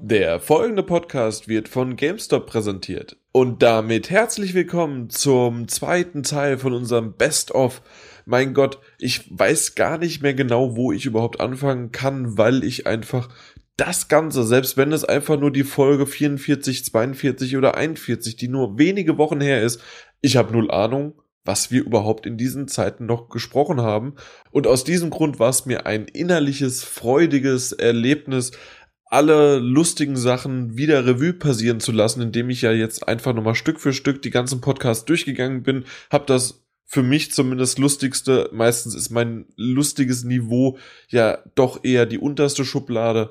Der folgende Podcast wird von GameStop präsentiert. Und damit herzlich willkommen zum zweiten Teil von unserem Best of. Mein Gott, ich weiß gar nicht mehr genau, wo ich überhaupt anfangen kann, weil ich einfach das Ganze, selbst wenn es einfach nur die Folge 44, 42 oder 41, die nur wenige Wochen her ist, ich habe null Ahnung, was wir überhaupt in diesen Zeiten noch gesprochen haben. Und aus diesem Grund war es mir ein innerliches, freudiges Erlebnis, alle lustigen Sachen wieder Revue passieren zu lassen, indem ich ja jetzt einfach nochmal Stück für Stück die ganzen Podcasts durchgegangen bin, habe das für mich zumindest lustigste, meistens ist mein lustiges Niveau ja doch eher die unterste Schublade,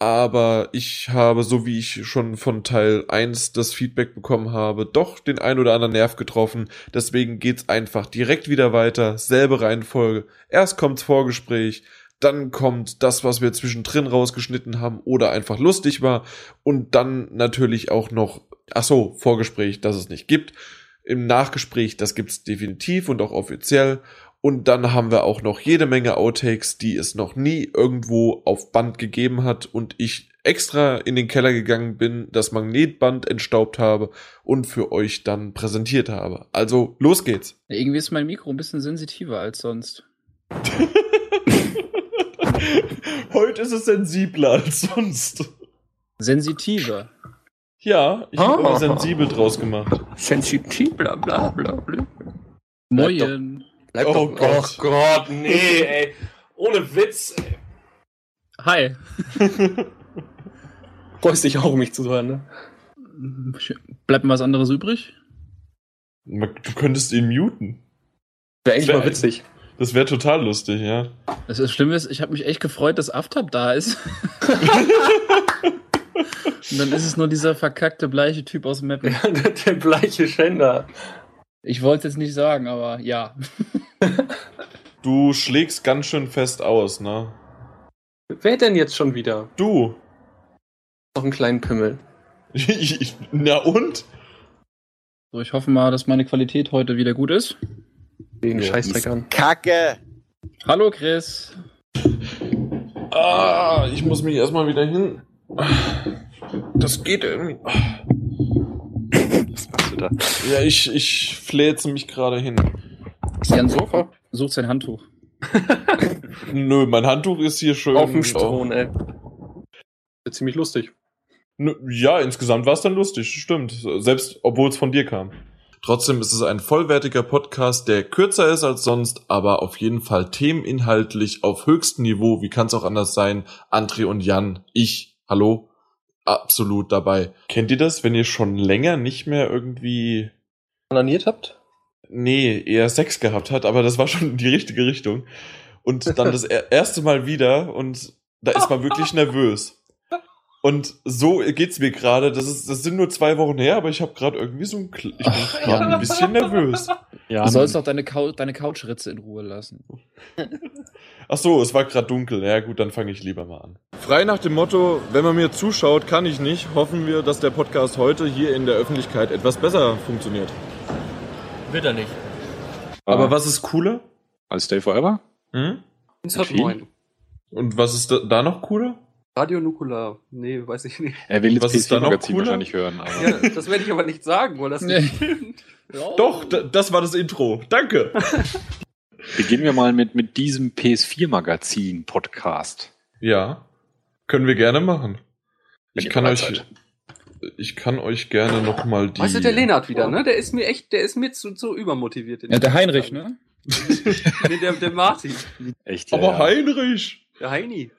aber ich habe, so wie ich schon von Teil 1 das Feedback bekommen habe, doch den ein oder anderen Nerv getroffen, deswegen geht's einfach direkt wieder weiter, selbe Reihenfolge, erst kommt's Vorgespräch, dann kommt das, was wir zwischendrin rausgeschnitten haben oder einfach lustig war und dann natürlich auch noch, ach so, Vorgespräch, das es nicht gibt, im Nachgespräch, das gibt's definitiv und auch offiziell und dann haben wir auch noch jede Menge Outtakes, die es noch nie irgendwo auf Band gegeben hat und ich extra in den Keller gegangen bin, das Magnetband entstaubt habe und für euch dann präsentiert habe. Also, los geht's. Ja, irgendwie ist mein Mikro ein bisschen sensitiver als sonst. Heute ist es sensibler als sonst. Sensitiver. Ja, ich habe immer sensibel draus gemacht. Sensitiv, bla bla bla bla. Moin. Bleib Oh doch, Gott. Oh Gott, Nee, ey. Ohne Witz. ey. Hi. Freust dich auch, mich zu hören, ne? Bleibt mir was anderes übrig? Du könntest ihn muten. Wäre eigentlich Wär- mal witzig. Das wäre total lustig, ja. Das ist schlimm ist, ich habe mich echt gefreut, dass Aftab da ist. Und dann ist es nur dieser verkackte bleiche Typ aus Mappen. der, der bleiche Schänder. Ich wollte es jetzt nicht sagen, aber ja. Du schlägst ganz schön fest aus, ne? Wer denn jetzt schon wieder? Du. Noch einen kleinen Pimmel. Na und? So, ich hoffe mal, dass meine Qualität heute wieder gut ist. Den Ja. Scheißdreck an. Kacke. Hallo Chris. Ah, ich muss mich erstmal wieder hin. Das geht irgendwie. Was machst du da? Ja, ich, ich fläze mich gerade hin. Jan sucht, sucht sein Handtuch. Nö, mein Handtuch ist hier schön. Auf dem Stron, ey. Wird ziemlich lustig. Nö, Ja, insgesamt war es dann lustig, stimmt. Selbst obwohl es von dir kam. Trotzdem ist es ein vollwertiger Podcast, der kürzer ist als sonst, aber auf jeden Fall themeninhaltlich auf höchstem Niveau, wie kann es auch anders sein, André und Jan, ich, hallo, absolut dabei. Kennt ihr das, wenn ihr schon länger nicht mehr irgendwie, Ananiert habt? nee, eher Sex gehabt hat, aber das war schon die richtige Richtung. Und dann das er- erste Mal wieder und da ist man wirklich nervös. Und so geht's mir gerade. Das, ist, das sind nur zwei Wochen her, aber ich habe gerade irgendwie so ein. Kl- Ich bin gerade ein bisschen nervös. Du sollst auch deine, Cou deine Couchritze in Ruhe lassen. Ach so, es war gerade dunkel. Ja gut, dann fange ich lieber mal an. Frei nach dem Motto, wenn man mir zuschaut, kann ich nicht, hoffen wir, dass der Podcast heute hier in der Öffentlichkeit etwas besser funktioniert. Wird er nicht. Aber was ist cooler? Als Stay Forever? Hm? Uns hat moin. Und was ist da, da noch cooler? Radio Nukular. Nee, weiß ich nicht. Er will jetzt Was ist da noch PC-Magazin cooler? wahrscheinlich hören. Aber Ja, das werde ich aber nicht sagen, weil das nicht stimmt. Doch, da- das war das Intro. Danke. Beginnen wir mal mit, mit diesem PS4-Magazin-Podcast. ja, können wir gerne machen. Wenn Ich ihr kann bereit euch, seid. ich kann euch gerne noch mal die. Weißt du, der Lenart wieder, ne? Der ist mir echt, der ist mir zu, zu übermotiviert. in Ja, der den- Heinrich, ne? Nee, der, der Martin. Echt, Aber halt, ja. Heinrich. Der Heini.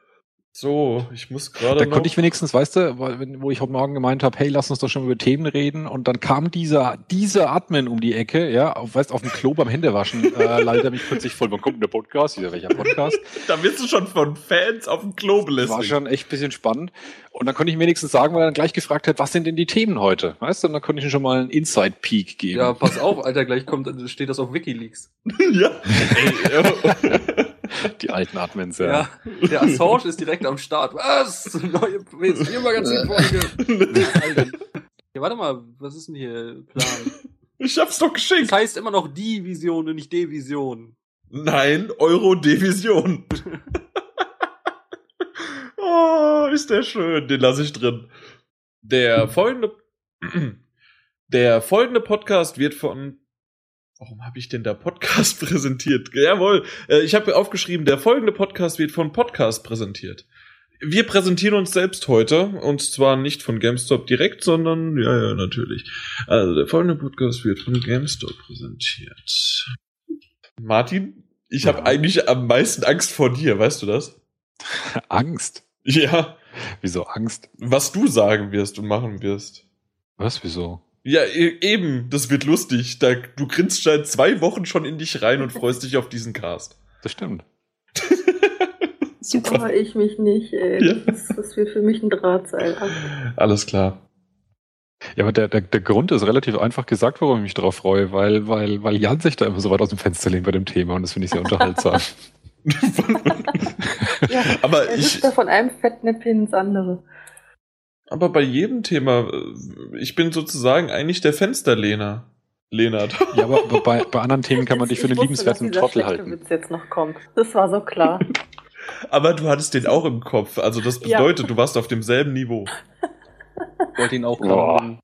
So, ich muss Da gerade noch. konnte ich wenigstens, weißt du, weil, wenn- wo ich heute Morgen gemeint habe, hey, lass uns doch schon über Themen reden. Und dann kam dieser, dieser Admin um die Ecke, ja, auf, weißt auf dem Klo beim Händewaschen, äh, leider mich plötzlich voll, wann kommt denn der Podcast? Dieser, welcher Podcast? da wirst du schon von Fans auf dem Klo War belästigt. schon echt ein bisschen spannend. Und dann konnte ich ihm wenigstens sagen, weil er dann gleich gefragt hat, was sind denn die Themen heute? Weißt du, und dann konnte ich ihm schon mal einen Inside-Peak geben. Ja, pass auf, Alter, gleich kommt, steht das auf Wikileaks. ja. Ey, äh, Die alten Admins, Ja. ja. Der Assange ist direkt am Start. Was? Neue PS4-Magazin-Folge. Alter. ja, warte mal, was ist denn hier Plan? ich hab's doch Das geschickt. heißt immer noch die Vision und nicht die Vision. Nein, Euro-Division. oh Oh, ist der schön. Den lasse ich drin. Der folgende. Der folgende Podcast wird von. Warum habe ich denn da Podcast präsentiert? Jawohl, äh, ich habe aufgeschrieben, der folgende Podcast wird von Podcast präsentiert. Wir präsentieren uns selbst heute und zwar nicht von GameStop direkt, sondern ja, ja, natürlich. Also der folgende Podcast wird von GameStop präsentiert. Martin, ich habe eigentlich am meisten Angst vor dir, weißt du das? Angst. Ja, Wieso Angst? was du sagen wirst und machen wirst. Was, wieso? Ja, e- eben, das wird lustig. Da, du grinst seit zwei Wochen schon in dich rein und freust dich auf diesen Cast. Das stimmt. Super. Aber ich mich nicht, ey. Ja. Das, das wird für mich ein Drahtseil. Alles klar. Ja, aber der, der, der Grund ist relativ einfach gesagt, warum ich mich darauf freue, weil, weil, weil Jan sich da immer so weit aus dem Fenster lehnt bei dem Thema und das finde ich sehr unterhaltsam. Ja, aber er ich, ist da von einem Fettnäpfchen ins andere. aber bei jedem Thema, äh, ich bin sozusagen eigentlich der Fensterlehner. Lehnert. ja, aber, aber bei, bei anderen Themen kann man dich Ich für einen wusste, liebenswerten dass dieser Trottel schlechte halten. Witz jetzt noch kommt. Das war so klar. Aber du hattest den auch im Kopf. Also das Ja. bedeutet, du warst auf demselben Niveau. Wollte ihn auch Boah. kaufen.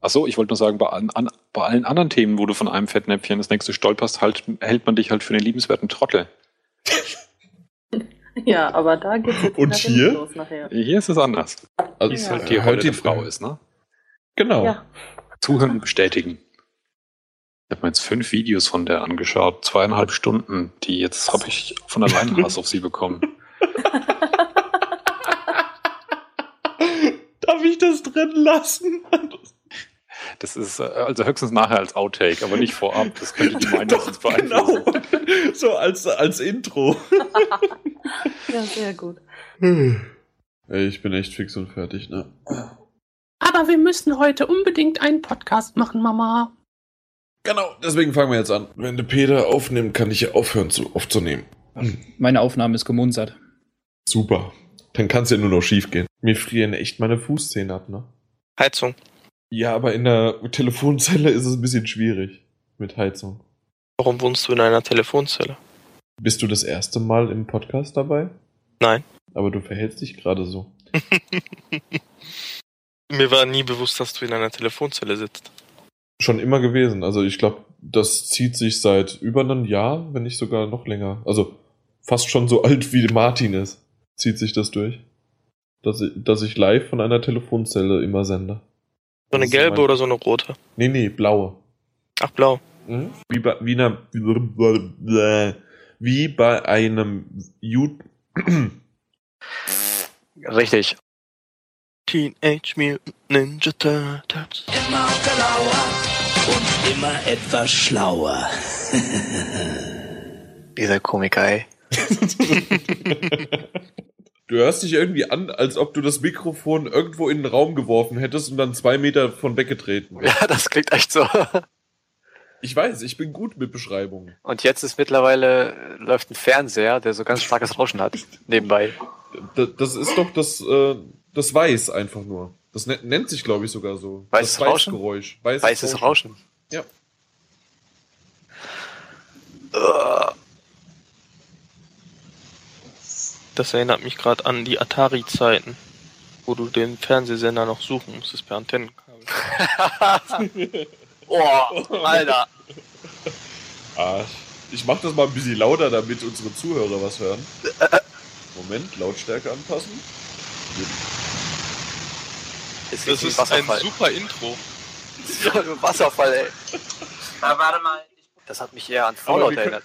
Ach so, ich wollte nur sagen, bei, an, an, bei allen anderen Themen, wo du von einem Fettnäpfchen das nächste stolperst, halt, hält man dich halt für einen liebenswerten Trottel. ja, aber da geht's jetzt Und nach hinten hier? los nachher. Hier ist es anders. Also, Die ist Ja. halt die äh, Rolle hört der Frau ist, ne? Genau. Ja, Zuhören und bestätigen. Ich habe mir jetzt fünf Videos von der angeschaut, zweieinhalb Stunden, die jetzt habe ich von allein Hass auf sie bekommen. Darf ich das drin lassen? Das ist äh, also höchstens nachher als Outtake, aber nicht vorab. Das könnte die Meinung Doch, jetzt beeinflussen. genau. So als, als Intro. ja, sehr gut. Ey, ich bin echt fix und fertig, ne? Aber wir müssen heute unbedingt einen Podcast machen, Mama. Genau, deswegen fangen wir jetzt an. Wenn der Peter aufnimmt, kann ich ja aufhören zu, aufzunehmen. Meine Aufnahme ist gemunzert. Super. Dann kann es ja nur noch schief gehen. Mir frieren echt meine Fußzähne ab, ne? Heizung. Ja, aber in der Telefonzelle ist es ein bisschen schwierig. Mit Heizung. Warum wohnst du in einer Telefonzelle? Bist du das erste Mal im Podcast dabei? Nein. Aber du verhältst dich gerade so. Mir war nie bewusst, dass du in einer Telefonzelle sitzt. Schon immer gewesen. Also ich glaube, das zieht sich seit über einem Jahr, wenn nicht sogar noch länger. Also fast schon so alt wie Martin ist. Zieht sich das durch. Dass ich, dass ich live von einer Telefonzelle immer sende. So eine Das ist ja gelbe mein- oder so eine rote? Nee, nee, blaue. Ach, blau. Mhm. Wie bei, wie einer, wie bei einem Ju- Richtig. Teenage Mutant Ninja Turtles. Immer genauer und immer etwas schlauer. Dieser Komiker, ey. Du hörst dich irgendwie an, als ob du das Mikrofon irgendwo in den Raum geworfen hättest und dann zwei Meter von weggetreten. Ja, das klingt echt so. Ich weiß, ich bin gut mit Beschreibungen. Und jetzt ist mittlerweile, äh, läuft ein Fernseher, der so ganz starkes Rauschen hat, nebenbei. D- Das ist doch das, äh, das Weiß einfach nur. Das nen- nennt sich, glaube ich, sogar so. Weißes das Rauschen? Weißgeräusch. Weißes, Weißes Rauschen. Ja. Äh, Das erinnert mich gerade an die Atari-Zeiten, wo du den Fernsehsender noch suchen musstest per Antennenkabel. oh, Alter. Arsch. Ich mach das mal ein bisschen lauter, damit unsere Zuhörer was hören. Moment, Lautstärke anpassen. Es Das ist ein Wasserfall. super Intro. Das ist doch nur Wasserfall, ey. warte mal. Das hat mich eher an Aber Fallout wir können- erinnert.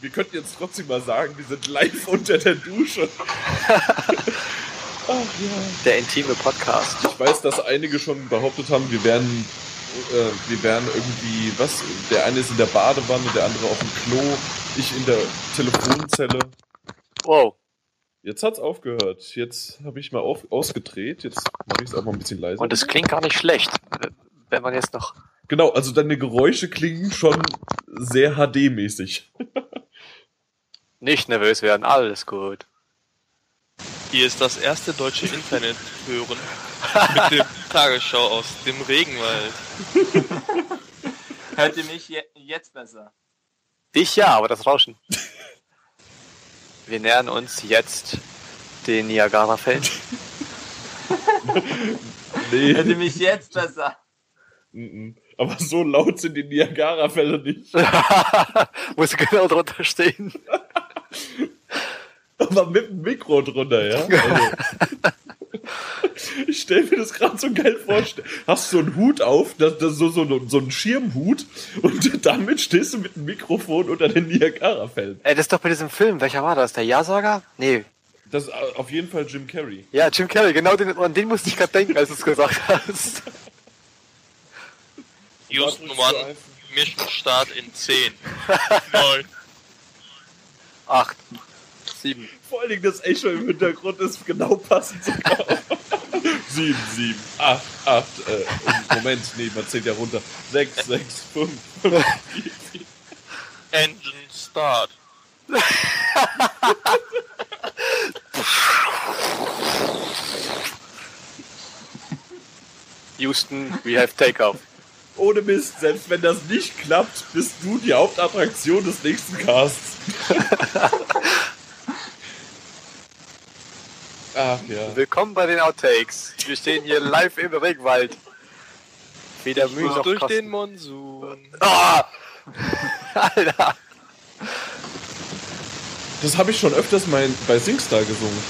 Wir könnten jetzt trotzdem mal sagen, wir sind live unter der Dusche. Ach ja. Der intime Podcast. Ich weiß, dass einige schon behauptet haben, wir wären, äh, wir wären irgendwie, was? Der eine ist in der Badewanne, der andere auf dem Klo, ich in der Telefonzelle. Wow. Jetzt hat's aufgehört. Jetzt habe ich mal auf, ausgedreht. Jetzt mache ich es auch mal ein bisschen leiser. Und es klingt gar nicht schlecht, äh, wenn man jetzt noch. genau, also deine Geräusche klingen schon sehr HD-mäßig. Nicht nervös werden, alles gut. Hier ist das erste deutsche Internet hören mit dem Tagesschau aus dem Regenwald. Hört ihr mich je jetzt besser? Ich ja, aber das Rauschen. Wir nähern uns jetzt den Niagara-Fällen? Nee. Hätte mich jetzt besser. Mhm. Aber so laut sind die Niagara-Fälle nicht. Muss genau drunter stehen. Aber mit dem Mikro drunter, ja? Also. Ich stelle mir das gerade so geil vor. Ste- Hast so einen Hut auf, das, das so, so, so einen Schirmhut und damit stehst du mit dem Mikrofon unter den Niagara-Fällen. Ey, Äh, das ist doch bei diesem Film. Welcher war das? Der Ja-Sager? Nee. Das ist auf jeden Fall Jim Carrey. Ja, Jim Carrey. Genau den, an den musste ich gerade denken, als du es gesagt hast. Just Nummern, Mission Start in 10, 9, 8, 7. Vor allen Dingen das Echo im Hintergrund ist genau passend sogar. 7, 7, 8, 8, äh, Moment, nee, man zählt ja runter. 6, 6, 5, 5. Engine Start. Houston, we have takeoff. Ohne Mist, selbst wenn das nicht klappt, bist du die Hauptattraktion des nächsten Casts. Ach ja. Willkommen bei den Outtakes. Wir stehen hier live im Regenwald. Weder Mühe noch durch Kosten. den Monsun. Ah! Alter! Das habe ich schon öfters mal bei Singstar gesungen.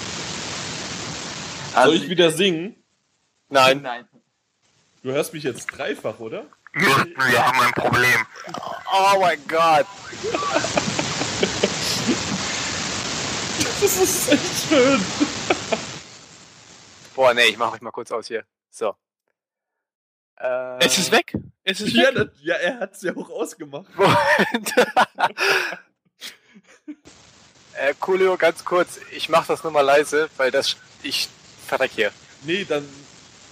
Also Soll ich wieder singen? Nein. Du hörst mich jetzt dreifach, oder? Wir haben ein Problem. Oh mein Gott! Das ist echt schön. Boah, nee, ich mach euch mal kurz aus hier. So. Äh, Es ist weg. Es ist Ja, weg. das, ja er hat es ja auch ausgemacht. Moment. äh, Coolio, ganz kurz. Ich mach das nur mal leise, weil das. Ich verreck hier. Nee, dann.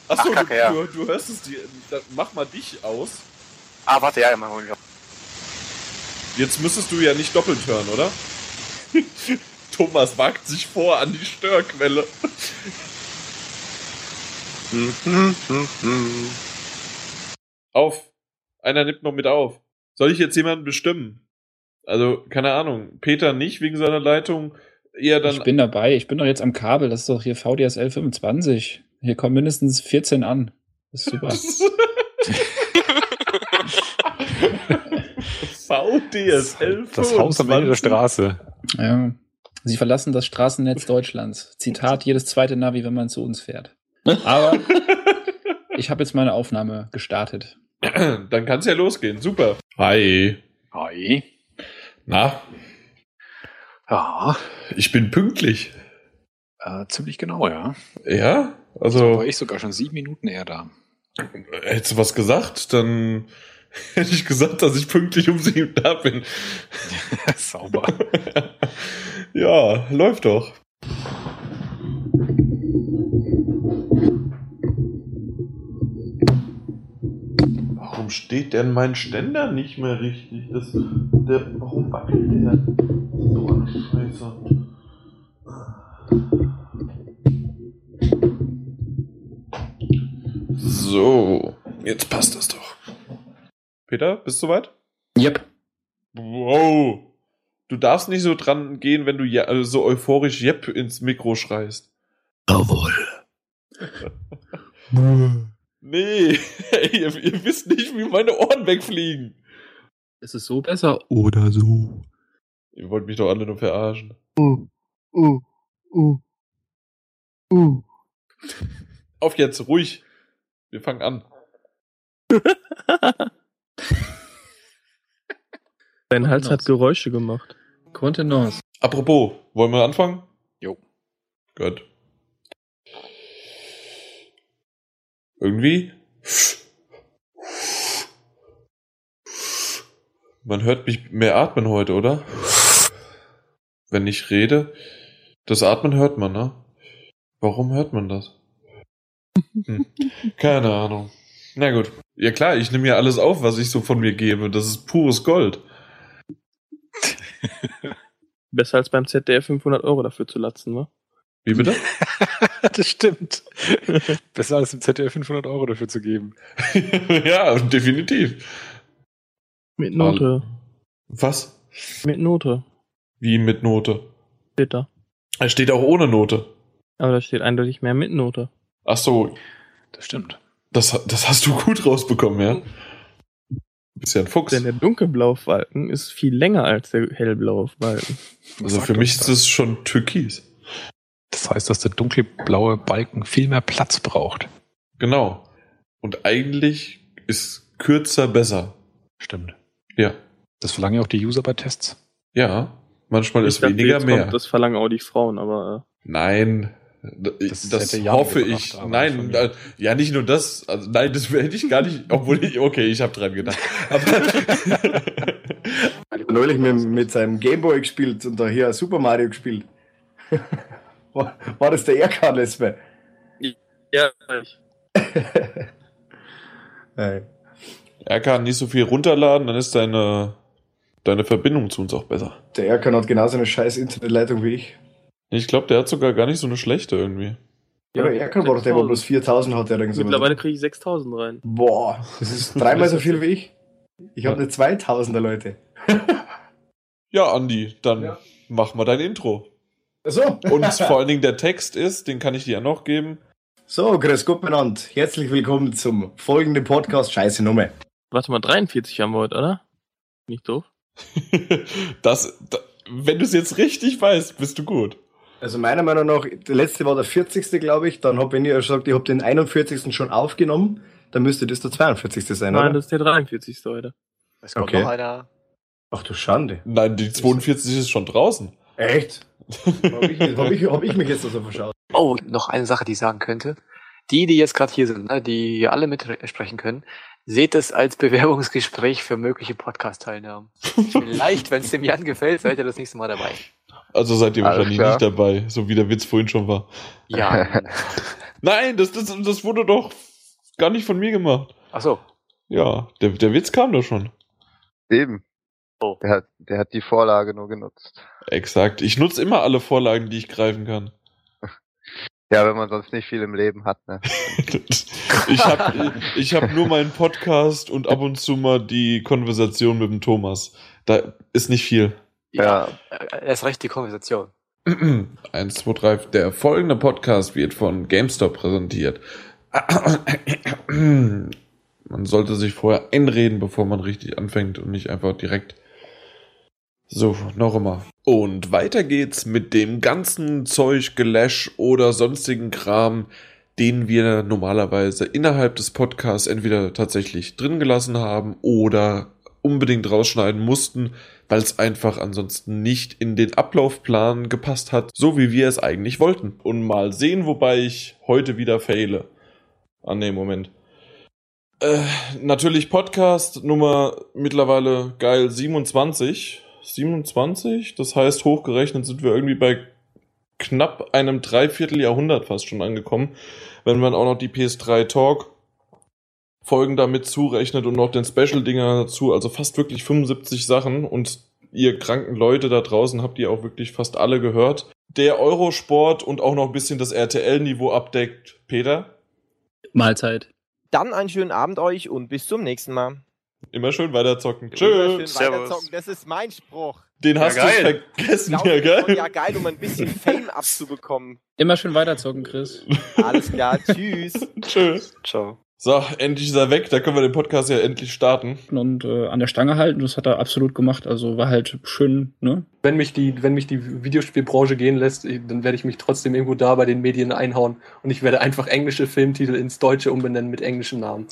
Achso, Ach, Kacke, du, ja. du, du hörst es dir. Dann mach mal dich aus. Ah, warte, ja, mach mal wieder. Jetzt müsstest du ja nicht doppelt hören, oder? Thomas wagt sich vor an die Störquelle. Auf. Einer nimmt noch mit auf. Soll ich jetzt jemanden bestimmen? Also, keine Ahnung. Peter nicht wegen seiner Leitung. Eher dann. ich bin dabei. Ich bin doch jetzt am Kabel. Das ist doch hier VDSL 25. Hier kommen mindestens 14 an. Das ist super. VDSL Das Haus am Ende der 25. Straße. ja. Sie verlassen das Straßennetz Deutschlands. Zitat, jedes zweite Navi, wenn man zu uns fährt. Aber ich habe jetzt meine Aufnahme gestartet. Dann kann's ja losgehen. Super. Hi. Hi. Na, Ja, ich bin pünktlich. äh, ziemlich genau, ja. Ja? Da Also, war ich sogar schon sieben Minuten eher da. hättest du was gesagt, dann hätte ich gesagt, dass ich pünktlich um sieben da bin. Sauber. ja, läuft doch. Warum steht denn mein Ständer nicht mehr richtig? Das, der, warum wackelt der? So eine Scheiße. So, jetzt passt das doch. Peter, bist du soweit? Yep. Wow. Du darfst nicht so dran gehen, wenn du ja, äh, so euphorisch Jepp ins Mikro schreist. Jawohl. Nee, Ey, ihr, ihr wisst nicht, wie meine Ohren wegfliegen. Ist es so besser? Oh, Oder so. Ihr wollt mich doch alle nur verarschen. Uh, uh, uh. Auf jetzt, ruhig. Wir fangen an. Dein Hals hat Geräusche gemacht. Contenance. Apropos, wollen wir anfangen? Jo. Gut. Irgendwie? Man hört mich mehr atmen heute, oder? Wenn ich rede, das Atmen hört man, ne? Warum hört man das? Hm. Keine Ahnung. Na gut. Ja klar, ich nehme ja alles auf, was ich so von mir gebe. Das ist pures Gold. Besser als beim ZDF 500 Euro dafür zu latzen, ne? Wie bitte? das stimmt. Besser als dem ZDF 500 Euro dafür zu geben. ja, definitiv. Mit Note. Was? Mit Note. Wie mit Note? Bitter. Er steht auch ohne Note. Aber da steht eindeutig mehr mit Note. Ach so. Das stimmt. Das, das hast du gut rausbekommen, ja? Bist ja ein Fuchs. Denn der dunkelblaue Falken ist viel länger als der hellblaue Falken. Also für mich ist es schon türkis. Das heißt, dass der dunkelblaue Balken viel mehr Platz braucht. Genau. Und eigentlich ist kürzer besser. Stimmt. Ja. Das verlangen ja auch die User bei Tests. Ja. Manchmal Ich ist dachte, weniger jetzt mehr. Kommt, das verlangen auch die Frauen, aber äh, Nein. Das, Das das hätte Jan hoffe gebracht, ich. aber nicht von Nein, mir. äh, ja, nicht nur das. Also, nein, das hätte ich gar nicht, obwohl ich, okay, ich habe dran gedacht. Ich hab neulich mit, mit seinem Gameboy gespielt und daher Super Mario gespielt. war, war das der Erkan letztes Mal? äh, ja, ich. Nein. Er kann nicht so viel runterladen, dann ist deine, deine Verbindung zu uns auch besser. Der Erkan hat genauso eine scheiß Internetleitung wie ich. Ich glaube, der hat sogar gar nicht so eine schlechte irgendwie. Ja, der Erkan war doch der, der 6000. bloß 4000 hat. Der irgend so Mittlerweile kriege ich 6000 rein. Boah, das ist dreimal so viel wie ich. Ich habe eine 2000er Leute. Ja, Andi, dann mach mal dein Intro. Achso. Und vor allen Dingen der Text ist, den kann ich dir ja noch geben. So, grüß Gott, benannt. Herzlich willkommen zum folgenden Podcast. Scheiße Nummer. Warte mal, 43 haben wir heute, oder? Nicht doof. Das, da, wenn du es jetzt richtig weißt, bist du gut. Also meiner Meinung nach, der letzte war der 40. glaube ich. Dann habe ich ja gesagt, ich habe den 41. schon aufgenommen. Dann müsste das der 42. sein, Nein, oder? das ist der 43. heute. Es kommt Okay. noch einer. Ach du Schande. Nein, die 42 ist schon draußen. Echt? Habe ich, hab ich, hab ich mich jetzt also verschaut? Oh, noch eine Sache, die ich sagen könnte. Die, die jetzt gerade hier sind, ne, die hier alle mitsprechen können, seht es als Bewerbungsgespräch für mögliche Podcast-Teilnahmen. Vielleicht, wenn es dem Jan gefällt, seid ihr das nächste Mal dabei. Also seid ihr Alles wahrscheinlich klar. nicht dabei, so wie der Witz vorhin schon war. Ja. Nein, das, das, das wurde doch gar nicht von mir gemacht. Ach so. Ja, der, der Witz kam doch schon. Eben. Oh. Der, hat, der hat die Vorlage nur genutzt. Exakt. Ich nutze immer alle Vorlagen, die ich greifen kann. Ja, wenn man sonst nicht viel im Leben hat, ne? Ich habe ich hab nur meinen Podcast und ab und zu mal die Konversation mit dem Thomas. Da ist nicht viel. Ja. äh, Erst recht die Konversation. 1, 2, 3. Der folgende Podcast wird von GameStop präsentiert. Man sollte sich vorher einreden, bevor man richtig anfängt und nicht einfach direkt. So, noch immer. Und weiter geht's mit dem ganzen Zeug, Gelash oder sonstigen Kram, den wir normalerweise innerhalb des Podcasts entweder tatsächlich drin gelassen haben oder unbedingt rausschneiden mussten, weil es einfach ansonsten nicht in den Ablaufplan gepasst hat, so wie wir es eigentlich wollten. Und mal sehen, wobei ich heute wieder faile. Ah, nee, Moment. Äh, natürlich Podcast Nummer mittlerweile geil 27. 27? Das heißt, hochgerechnet sind wir irgendwie bei knapp einem Dreivierteljahrhundert fast schon angekommen. Wenn man auch noch die PS3 Talk Folgen damit zurechnet und noch den Special-Dinger dazu, also fast wirklich 75 Sachen und ihr kranken Leute da draußen habt ihr auch wirklich fast alle gehört. Der Eurosport und auch noch ein bisschen das RTL-Niveau abdeckt. Peter? Mahlzeit. Dann einen schönen Abend euch und bis zum nächsten Mal. Immer schön weiterzocken. Immer Tschüss. Schön weiterzocken. Das ist mein Spruch. Den hast du vergessen, ja, geil. Ja, geil, um ein bisschen Fame abzubekommen. Immer schön weiterzocken, Chris. Alles klar, tschüss. Tschüss. Ciao. So, endlich ist er weg. Da können wir den Podcast ja endlich starten. Und äh, an der Stange halten, das hat er absolut gemacht. Also war halt schön, ne? Wenn mich die, wenn mich die Videospielbranche gehen lässt, ich- dann werde ich mich trotzdem irgendwo da bei den Medien einhauen und ich werde einfach englische Filmtitel ins Deutsche umbenennen mit englischen Namen.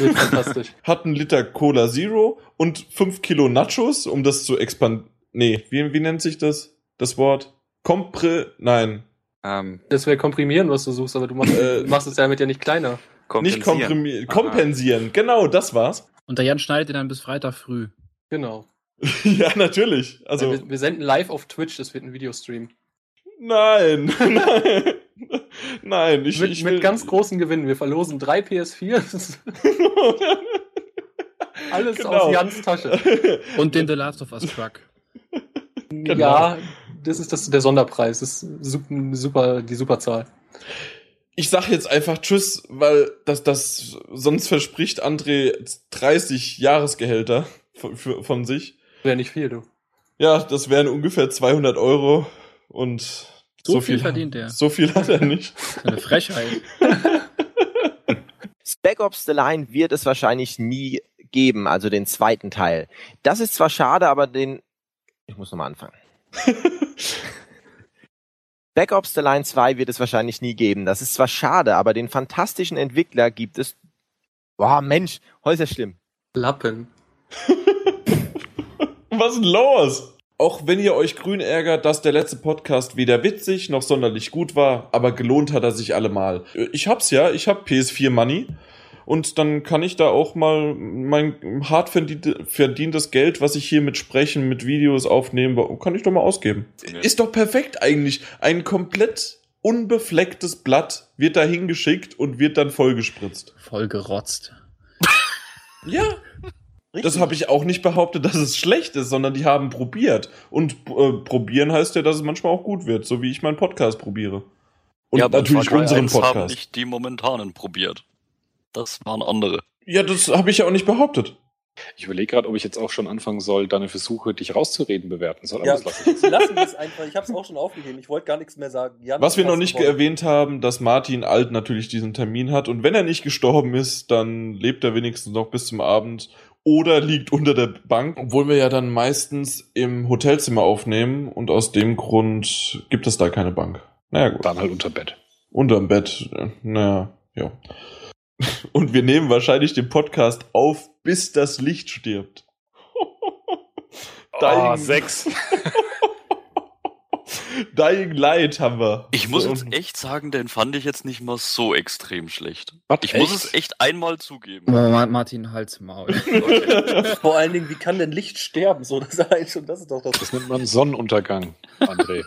wird fantastisch. Hat einen Liter Cola Zero und 5 Kilo Nachos, um das zu expandieren. Nee, wie, wie nennt sich das? Das Wort? Kompre. Nein. Das wäre komprimieren, was du suchst, aber du machst, Äh, du machst es damit ja nicht kleiner. Nicht komprimieren. Ah. Kompensieren. Genau, das war's. Und der Jan schneidet den dann bis Freitag früh. Genau. ja, natürlich. Also, wir, wir senden live auf Twitch, das wird ein Videostream. Nein. nein. Nein, ich, mit, ich mit ganz großen Gewinnen. Wir verlosen drei PS4s. Alles Genau. aus Jans Tasche. Und den The Last of Us Truck. Ja, das ist das, der Sonderpreis. Das ist sup- super, die Superzahl. ich sag jetzt einfach Tschüss, weil das, das sonst verspricht André 30 Jahresgehälter von, für, von sich. Wäre nicht viel, du. Ja, das wären ungefähr 200 Euro und So, viel verdient er. So viel hat er nicht. Eine Frechheit. Spec Ops The Line wird es wahrscheinlich nie geben, also den zweiten Teil. Das ist zwar schade, aber den. Ich muss nochmal anfangen. Spec Ops The Line 2 wird es wahrscheinlich nie geben. Das ist zwar schade, aber den fantastischen Entwickler gibt es. Boah, Mensch, heute ist ja schlimm. Lappen. Was ist denn los? Auch wenn ihr euch grün ärgert, dass der letzte Podcast weder witzig noch sonderlich gut war, aber gelohnt hat er sich allemal. Äh, Ich hab's ja, ich hab PS4 Money. Und dann kann ich da auch mal mein hart verdiente- verdientes Geld, was ich hier mit Sprechen, mit Videos aufnehme, kann ich doch mal ausgeben. Ist doch perfekt eigentlich. Ein komplett unbeflecktes Blatt wird da hingeschickt und wird dann vollgespritzt. Vollgerotzt. Ja. Das habe ich auch nicht behauptet, dass es schlecht ist, sondern die haben probiert. Und äh, probieren heißt ja, dass es manchmal auch gut wird, so wie ich meinen Podcast probiere. Und aber natürlich Far Cry unseren 1 haben Podcast. nicht die momentanen probiert. Das waren andere. Ja, das habe ich ja auch nicht behauptet. Ich überlege gerade, ob ich jetzt auch schon anfangen soll, deine Versuche, dich rauszureden, bewerten soll. Aber Ja. das lasse ich. Lassen wir es einfach. Ich habe es auch schon aufgegeben. Ich wollte gar nichts mehr sagen. Jan, Was wir noch hast nicht gewonnen. erwähnt haben, dass Martin Alt natürlich diesen Termin hat und wenn er nicht gestorben ist, dann lebt er wenigstens noch bis zum Abend oder liegt unter der Bank, obwohl wir ja dann meistens im Hotelzimmer aufnehmen und aus dem Grund gibt es da keine Bank. Naja gut. Dann halt unter Bett. Unterm Bett, äh, naja, ja. Und wir nehmen wahrscheinlich den Podcast auf, bis das Licht stirbt. Ah, Dying- Dying Light haben wir. Ich muss So. jetzt echt sagen, den fand ich jetzt nicht mal so extrem schlecht. Was, ich muss echt? es echt einmal zugeben. Martin, halt's Maul. Vor allen Dingen, wie kann denn Licht sterben? So, das, ist eigentlich schon, das ist doch das. Das nennt man Sonnenuntergang, André.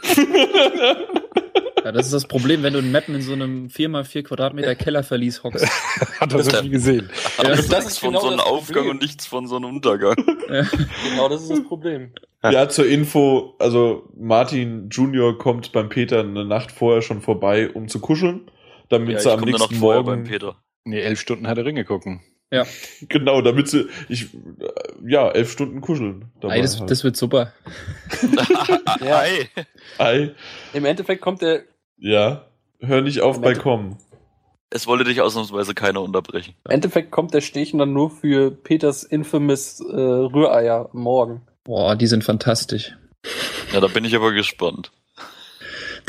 Ja, das ist das Problem, wenn du in Mappen in so einem 4x4 Quadratmeter Kellerverlies hockst. Hat er so nie gesehen. Ja, das das, ist ist genau Also von so einem das Problem. Aufgang und nichts von so einem Untergang. Genau, das ist das Problem. Ja, zur Info, also Martin Junior kommt beim Peter eine Nacht vorher schon vorbei, um zu kuscheln, damit Ja, ich sie am komm da noch nächsten vorher Morgen. beim Peter. Nee, elf Stunden hat er Ringe gucken. Ja. Genau, damit sie, ich, äh, ja, elf Stunden kuscheln. Ey, das, halt. das wird super. ja. Ei. Ei, Im Endeffekt kommt der. ja, hör nicht auf bei kommen. Es wollte dich ausnahmsweise keiner unterbrechen. Im Endeffekt kommt der Stechen dann nur für Peters infamous äh, Rühreier morgen. Boah, die sind fantastisch. Ja, da bin ich aber gespannt.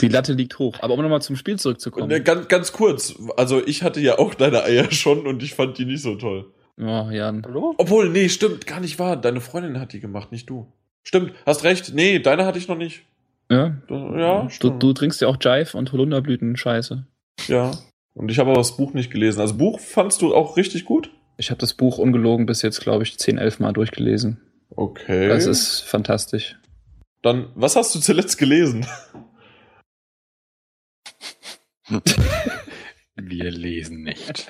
Die Latte liegt hoch. Aber um nochmal zum Spiel Und, zurückzukommen. äh, ganz, ganz kurz, also ich hatte ja auch deine Eier schon und ich fand die nicht so toll. Oh, Jan. Hallo? Obwohl, nee, stimmt, gar nicht wahr. Deine Freundin hat die gemacht, nicht du. Stimmt, hast recht. Nee, deine hatte ich noch nicht. Ja? Ja, du, stimmt. du trinkst ja auch Jive und Holunderblüten, scheiße. Ja. Und ich habe aber das Buch nicht gelesen. Also Buch fandst du auch richtig gut? Ich habe das Buch ungelogen bis jetzt, glaube ich, 10, 11 Mal durchgelesen. Okay. Das ist fantastisch. Dann, was hast du zuletzt gelesen? Wir lesen nicht.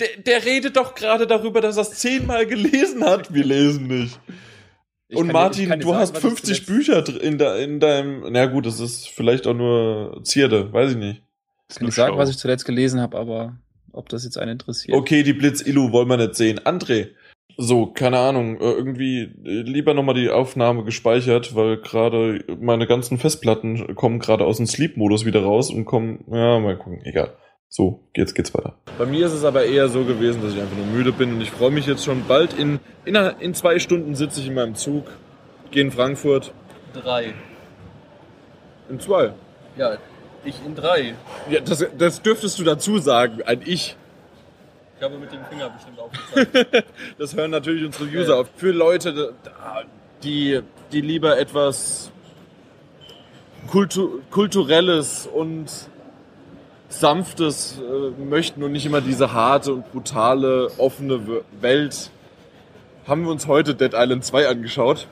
Der, der redet doch gerade darüber, dass er es zehnmal gelesen hat. Wir lesen nicht. Ich Und kann dir- ich Martin, kann dir du sagen, hast was ich 50 Bücher dr- in, de, in deinem. Na gut, das ist vielleicht auch nur Zierde, weiß ich nicht. Ich kann nicht sagen, was ich zuletzt gelesen habe, aber ob das jetzt einen interessiert. Okay, die Blitz-Illu wollen wir nicht sehen. André, so, keine Ahnung, äh, irgendwie äh, lieber nochmal die Aufnahme gespeichert, weil gerade meine ganzen Festplatten kommen gerade aus dem Sleep-Modus wieder raus und kommen, ja, mal gucken, egal. So, jetzt geht's weiter. Bei mir ist es aber eher so gewesen, dass ich einfach nur müde bin und ich freue mich jetzt schon bald in, in, einer- in zwei Stunden sitze ich in meinem Zug, gehe in Frankfurt, Drei. in zwei. Ja, ich in drei. Ja, das, das dürftest du dazu sagen, ein Ich. Ich habe mit dem Finger bestimmt aufgezeigt. das hören natürlich unsere User auf. Für Leute, die, die lieber etwas Kultu Kulturelles und Sanftes äh, möchten und nicht immer diese harte und brutale, offene W- Welt, haben wir uns heute Dead Island 2 angeschaut.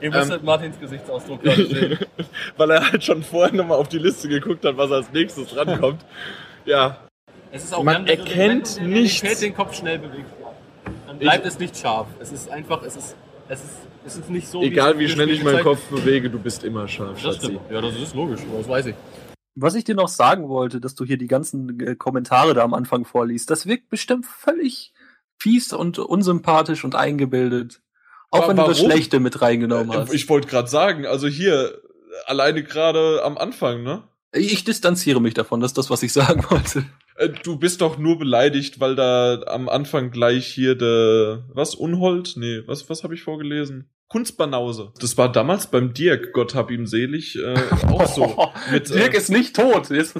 Ihr Ähm. müsstet Martins Gesichtsausdruck gerade sehen. Weil er halt schon vorher nochmal auf die Liste geguckt hat, was als nächstes rankommt. Ja. Es ist auch Man wenn du den- erkennt wenn du den- nichts. Wenn du den Kopf schnell bewegst, dann bleibt es nicht scharf. Es ist einfach, es ist, es ist, es ist nicht so. Egal es wie im schnell Spiel ich meinen Kopf gezeigt bewege, du bist immer scharf, Das Schatzi. stimmt. Ja, das ist logisch, aber das weiß ich. Was ich dir noch sagen wollte, dass du hier die ganzen äh, Kommentare da am Anfang vorliest, das wirkt bestimmt völlig fies und unsympathisch und eingebildet. Auch wenn du das Warum? Äh, Schlechte mit reingenommen hast. Ich wollte gerade sagen, also hier, alleine gerade am Anfang, ne? Ich distanziere mich davon, das ist das, was ich sagen wollte. Äh, Du bist doch nur beleidigt, weil da am Anfang gleich hier der was Unhold? Nee, was was habe ich vorgelesen? Kunstbanause. Das war damals beim Dirk, Gott hab ihm selig, äh, auch so. Mit, Dirk äh, ist nicht tot. Jetzt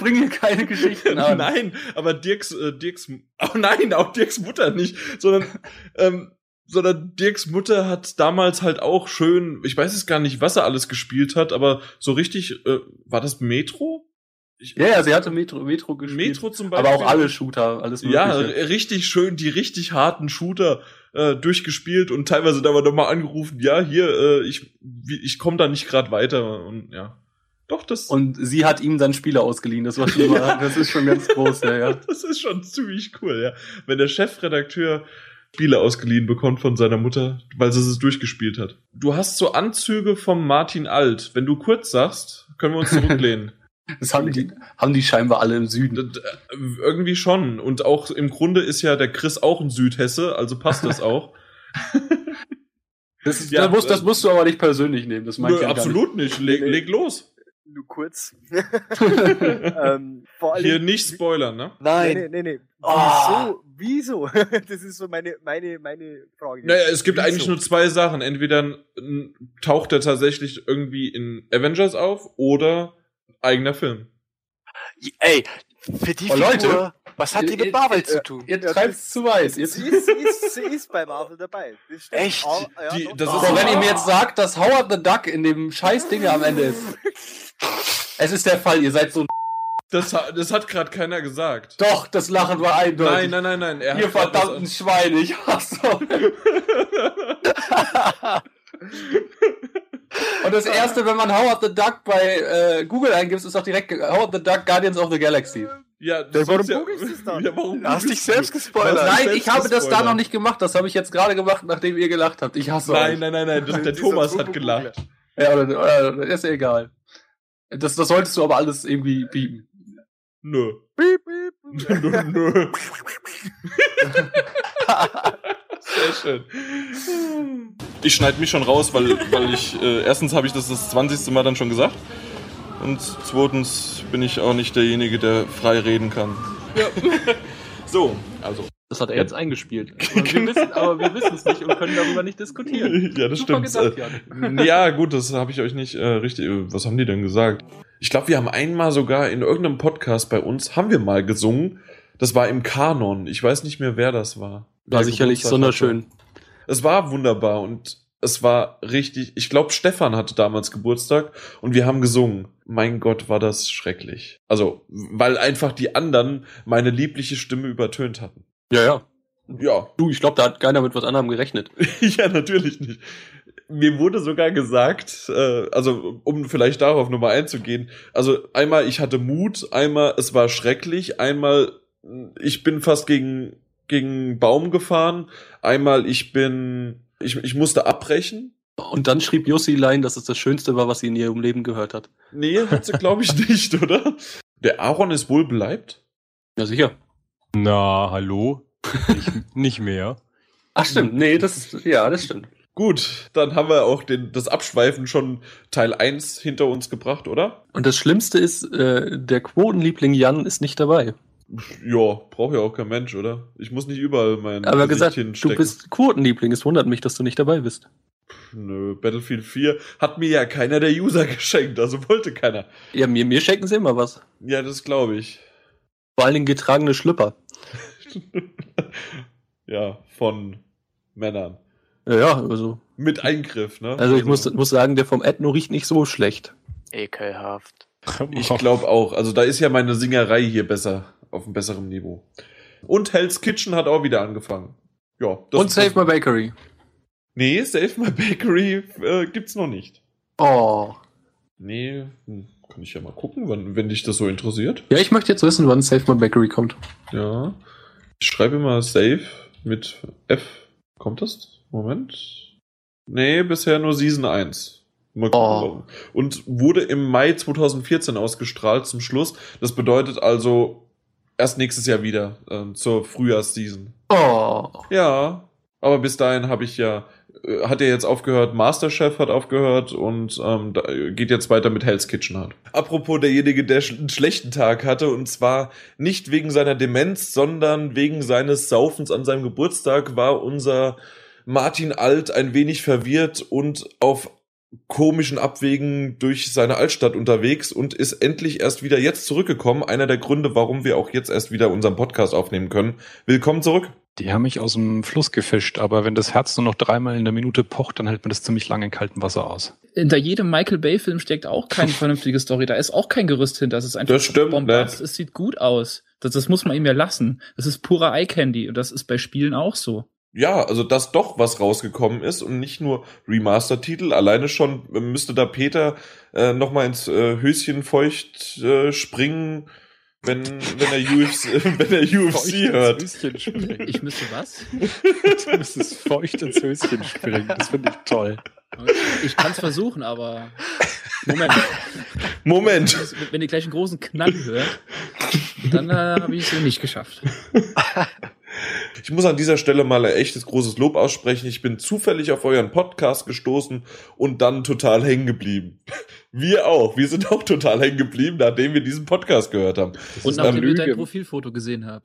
bring hier keine Geschichten an. Nein, aber Dirks, äh, Dirks, oh nein, auch Dirks Mutter nicht, sondern, ähm, sondern Dirks Mutter hat damals halt auch schön, ich weiß es gar nicht, was er alles gespielt hat, aber so richtig, äh, war das Metro? Ja, ja, sie hatte Metro, Metro gespielt. Metro zum Aber auch Beispiel. alle Shooter, alles Mögliche. Ja, r- richtig schön die richtig harten Shooter äh, durchgespielt und teilweise dann aber nochmal angerufen, ja, hier, äh, ich, wie- ich komme da nicht gerade weiter und ja. Doch, das. Und sie hat ihm dann Spiele ausgeliehen, das war schlimmer. Ja. Das ist schon ganz groß, ja, ja. Das ist schon ziemlich cool, ja. Wenn der Chefredakteur Spiele ausgeliehen bekommt von seiner Mutter, weil sie es durchgespielt hat. Du hast so Anzüge vom Martin Alt. Wenn du kurz sagst, können wir uns zurücklehnen. Das haben die, haben die scheinbar alle im Süden. äh, Irgendwie schon. Und auch im Grunde ist ja der Chris auch ein Südhesse, also passt das auch. Das, Ja, das, musst, das äh, musst du aber nicht persönlich nehmen, das meinte Nö, ich ja absolut nicht. Leg, leg los. Nur kurz. ähm, vor allen Hier Dingen- nicht spoilern, ne? Nee, nee, nee. nee. Ah. Wieso? Wieso? Das ist so meine, meine, meine Frage. Naja, es gibt Wieso? eigentlich nur zwei Sachen. Entweder n- taucht er tatsächlich irgendwie in Avengers auf oder eigener Film. Ey, für die Oh, Figur, Leute. Äh, was hat die Ihr- mit Marvel ihr- zu tun? Ihr treibt's zu weiß. Jetzt. Sie ist, sie, ist, sie ist bei Marvel dabei. Das stimmt. Echt? Oh, äh, ja, doch. Das ist so, Also, wenn ihr mir jetzt sagt, dass Howard the Duck in dem scheiß Ding am Ende ist. Es ist der Fall, ihr seid so ein Das, ha- das hat gerade keiner gesagt. Doch, das Lachen war Nein, eindeutig. nein, nein, nein. Er ihr hat grad verdammten das- Schweine, ich hasse euch. Und das erste, wenn man Howard the Duck bei äh, Google eingibt, ist auch direkt Howard the Duck Guardians of the Galaxy. Ja, Ja, warum gucke ich das dann? Ja, warum Hast googelst dich selbst du? gespoilert. Du hast dich Nein, selbst ich habe das da gespoilert. noch nicht gemacht. Das habe ich jetzt gerade gemacht, nachdem ihr gelacht habt. Ich hasse Nein, euch. nein, nein, nein. Das, der Thomas hat gelacht. Ja, oder, oder, oder ist ja egal. Das, das solltest du aber alles irgendwie bieben. Nö. nö, nö. Sehr schön. Ich schneide mich schon raus, weil, weil ich, äh, erstens habe ich das das 20. Mal dann schon gesagt. Und zweitens bin ich auch nicht derjenige, der frei reden kann. so, also. Das hat er jetzt eingespielt. Aber wir wissen- aber wir wissen es nicht und können darüber nicht diskutieren. Ja, das Super stimmt. gesagt, Jan. Äh, ja, gut, das habe ich euch nicht äh, richtig. äh, Was haben die denn gesagt? Ich glaube, wir haben einmal sogar in irgendeinem Podcast bei uns, haben wir mal gesungen. Das war im Kanon. Ich weiß nicht mehr, wer das war. War Wer sicherlich Geburtstag sonderschön. hatte. Es war wunderbar und es war richtig. Ich glaube, Stefan hatte damals Geburtstag und wir haben gesungen. Mein Gott, war das schrecklich. Also, weil einfach die anderen meine liebliche Stimme übertönt hatten. Ja, ja. Ja. Du, ich glaube, da hat keiner mit was anderem gerechnet. ja, natürlich nicht. Mir wurde sogar gesagt, äh, also um vielleicht darauf nochmal einzugehen, also einmal ich hatte Mut, einmal es war schrecklich, einmal mh, ich bin fast gegen gegen einen Baum gefahren, einmal ich bin ich, ich musste abbrechen. Und dann schrieb Jussi Lein, dass es das Schönste war, was sie in ihrem Leben gehört hat. Nee, hat sie glaube ich nicht, oder? Der Aaron ist wohl bleibt? Ja, sicher. Na, hallo? Nicht, nicht mehr. Ach stimmt, nee, das ja, das stimmt. Gut, dann haben wir auch den das Abschweifen schon Teil 1 hinter uns gebracht, oder? Und das Schlimmste ist, äh, der Quotenliebling Jan ist nicht dabei. Ja, braucht ja auch kein Mensch, oder? Ich muss nicht überall mein Aber Gesicht gesagt, hinstecken. du bist Quotenliebling. Es wundert mich, dass du nicht dabei bist. Nö, Battlefield 4 hat mir ja keiner der User geschenkt, also wollte keiner. Ja, mir, mir schenken sie immer was. Ja, das glaube ich. Vor allen Dingen getragene Schlüpper. Ja, von Männern. Ja, ja, also. Mit Eingriff, ne? Also ich muss, muss sagen, der vom Ethno riecht nicht so schlecht. Ekelhaft. Ich glaube auch. Also da ist ja meine Singerei hier besser, auf einem besseren Niveau. Und Hell's Kitchen hat auch wieder angefangen. Ja. das- Und Save My Bakery. Nee, Save My Bakery äh, gibt's noch nicht. Oh. Nee, hm, kann ich ja mal gucken, wenn, wenn dich das so interessiert. Ja, ich möchte jetzt wissen, wann Save My Bakery kommt. Ja. Ich schreibe immer Save mit F. Kommt das? Moment. Nee, bisher nur Season 1. Mal Oh. gucken, warum. Und wurde im Mai 2014 ausgestrahlt zum Schluss. Das bedeutet also erst nächstes Jahr wieder ähm, zur Frühjahrsseason. Oh. Ja, Aber bis dahin habe ich ja, äh, hat er jetzt aufgehört, Masterchef hat aufgehört und ähm, da geht jetzt weiter mit Hell's Kitchen halt. Apropos derjenige, der sch einen schlechten Tag hatte und zwar nicht wegen seiner Demenz, sondern wegen seines Saufens an seinem Geburtstag war unser Martin Alt ein wenig verwirrt und auf komischen Abwegen durch seine Altstadt unterwegs und ist endlich erst wieder jetzt zurückgekommen. Einer der Gründe, warum wir auch jetzt erst wieder unseren Podcast aufnehmen können. Willkommen zurück. Die haben mich aus dem Fluss gefischt, aber wenn das Herz nur noch dreimal in der Minute pocht, dann hält man das ziemlich lange in kaltem Wasser aus. Hinter jedem Michael Bay-Film steckt auch keine vernünftige Story. Da ist auch kein Gerüst hinter. Das ist einfach Das stimmt, Bombast. Es sieht gut aus. Das, das muss man ihm ja lassen. Das ist purer Eye-Candy und das ist bei Spielen auch so. Ja, also dass doch was rausgekommen ist und nicht nur Remaster-Titel. Alleine schon müsste da Peter äh, nochmal ins äh, Höschen feucht äh, springen, wenn, wenn er UFC, wenn er UFC hört. Ich müsste was? du müsstest feucht ins Höschen springen. Das finde ich toll. Ich kann es versuchen, aber Moment. Moment. Wenn ihr gleich einen großen Knall hört, dann äh, habe ich es nicht geschafft. Ich muss an dieser Stelle mal ein echtes großes Lob aussprechen. Ich bin zufällig auf euren Podcast gestoßen und dann total hängen geblieben. Wir auch. Wir sind auch total hängen geblieben, nachdem wir diesen Podcast gehört haben. Und nachdem wir dein Profilfoto gesehen haben.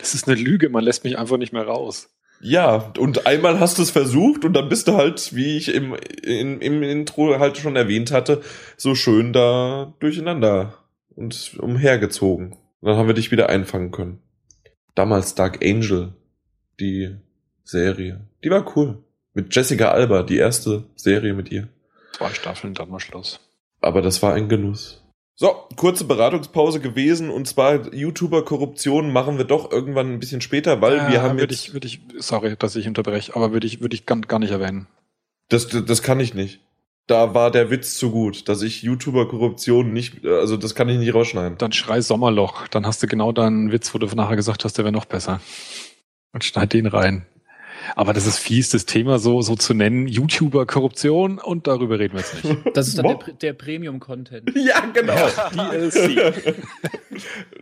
Das ist eine Lüge, man lässt mich einfach nicht mehr raus. Ja, und einmal hast du es versucht und dann bist du halt, wie ich im, im, im Intro halt schon erwähnt hatte, so schön da durcheinander und umhergezogen. Und dann haben wir dich wieder einfangen können. Damals Dark Angel, die Serie. Die war cool. Mit Jessica Alba, die erste Serie mit ihr. Zwei Staffeln, dann mal Schluss. Aber das war ein Genuss. So, kurze Beratungspause gewesen und zwar YouTuber-Korruption machen wir doch irgendwann ein bisschen später, weil wir haben würde jetzt. Äh, ich, würde ich, sorry, dass ich unterbreche, aber würde ich, würde ich gar, gar nicht erwähnen. Das, das das kann ich nicht. Da war der Witz zu gut, dass ich YouTuber-Korruption nicht, also das kann ich nicht rausschneiden. Dann schrei Sommerloch, dann hast du genau deinen Witz, wo du nachher gesagt hast, der wäre noch besser. Und schneid den rein. Aber das ist fies, das Thema so, so zu nennen, YouTuber-Korruption und darüber reden wir jetzt nicht. Das ist dann der, Pre- der Premium-Content. Ja, genau. DLC.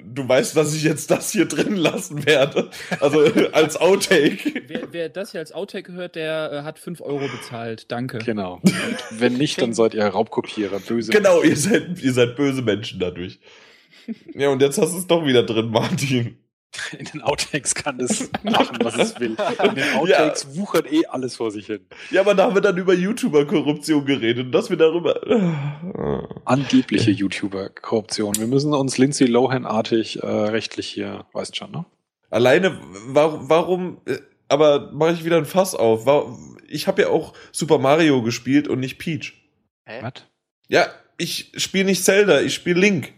Du weißt, dass ich jetzt das hier drin lassen werde. Also als Outtake. Wer, wer das hier als Outtake hört, der äh, hat 5 Euro bezahlt. Danke. Genau. Und wenn nicht, dann seid ihr Raubkopierer, böse. Genau, ihr seid, ihr seid böse Menschen dadurch. Ja, und jetzt hast du es doch wieder drin, Martin. In den Outtakes kann es machen, was es will. In den Outtakes wuchert eh alles vor sich hin. Ja, aber da haben wir dann über YouTuber-Korruption geredet und dass wir ah. darüber. Angebliche YouTuber-Korruption. Wir müssen uns Lindsay Lohan-artig äh, rechtlich hier, weißt schon, ne? Alleine, warum, warum äh, aber mache ich wieder ein Fass auf. Wa- Ich habe ja auch Super Mario gespielt und nicht Peach. Was? Ja, ich spiele nicht Zelda, ich spiele Link.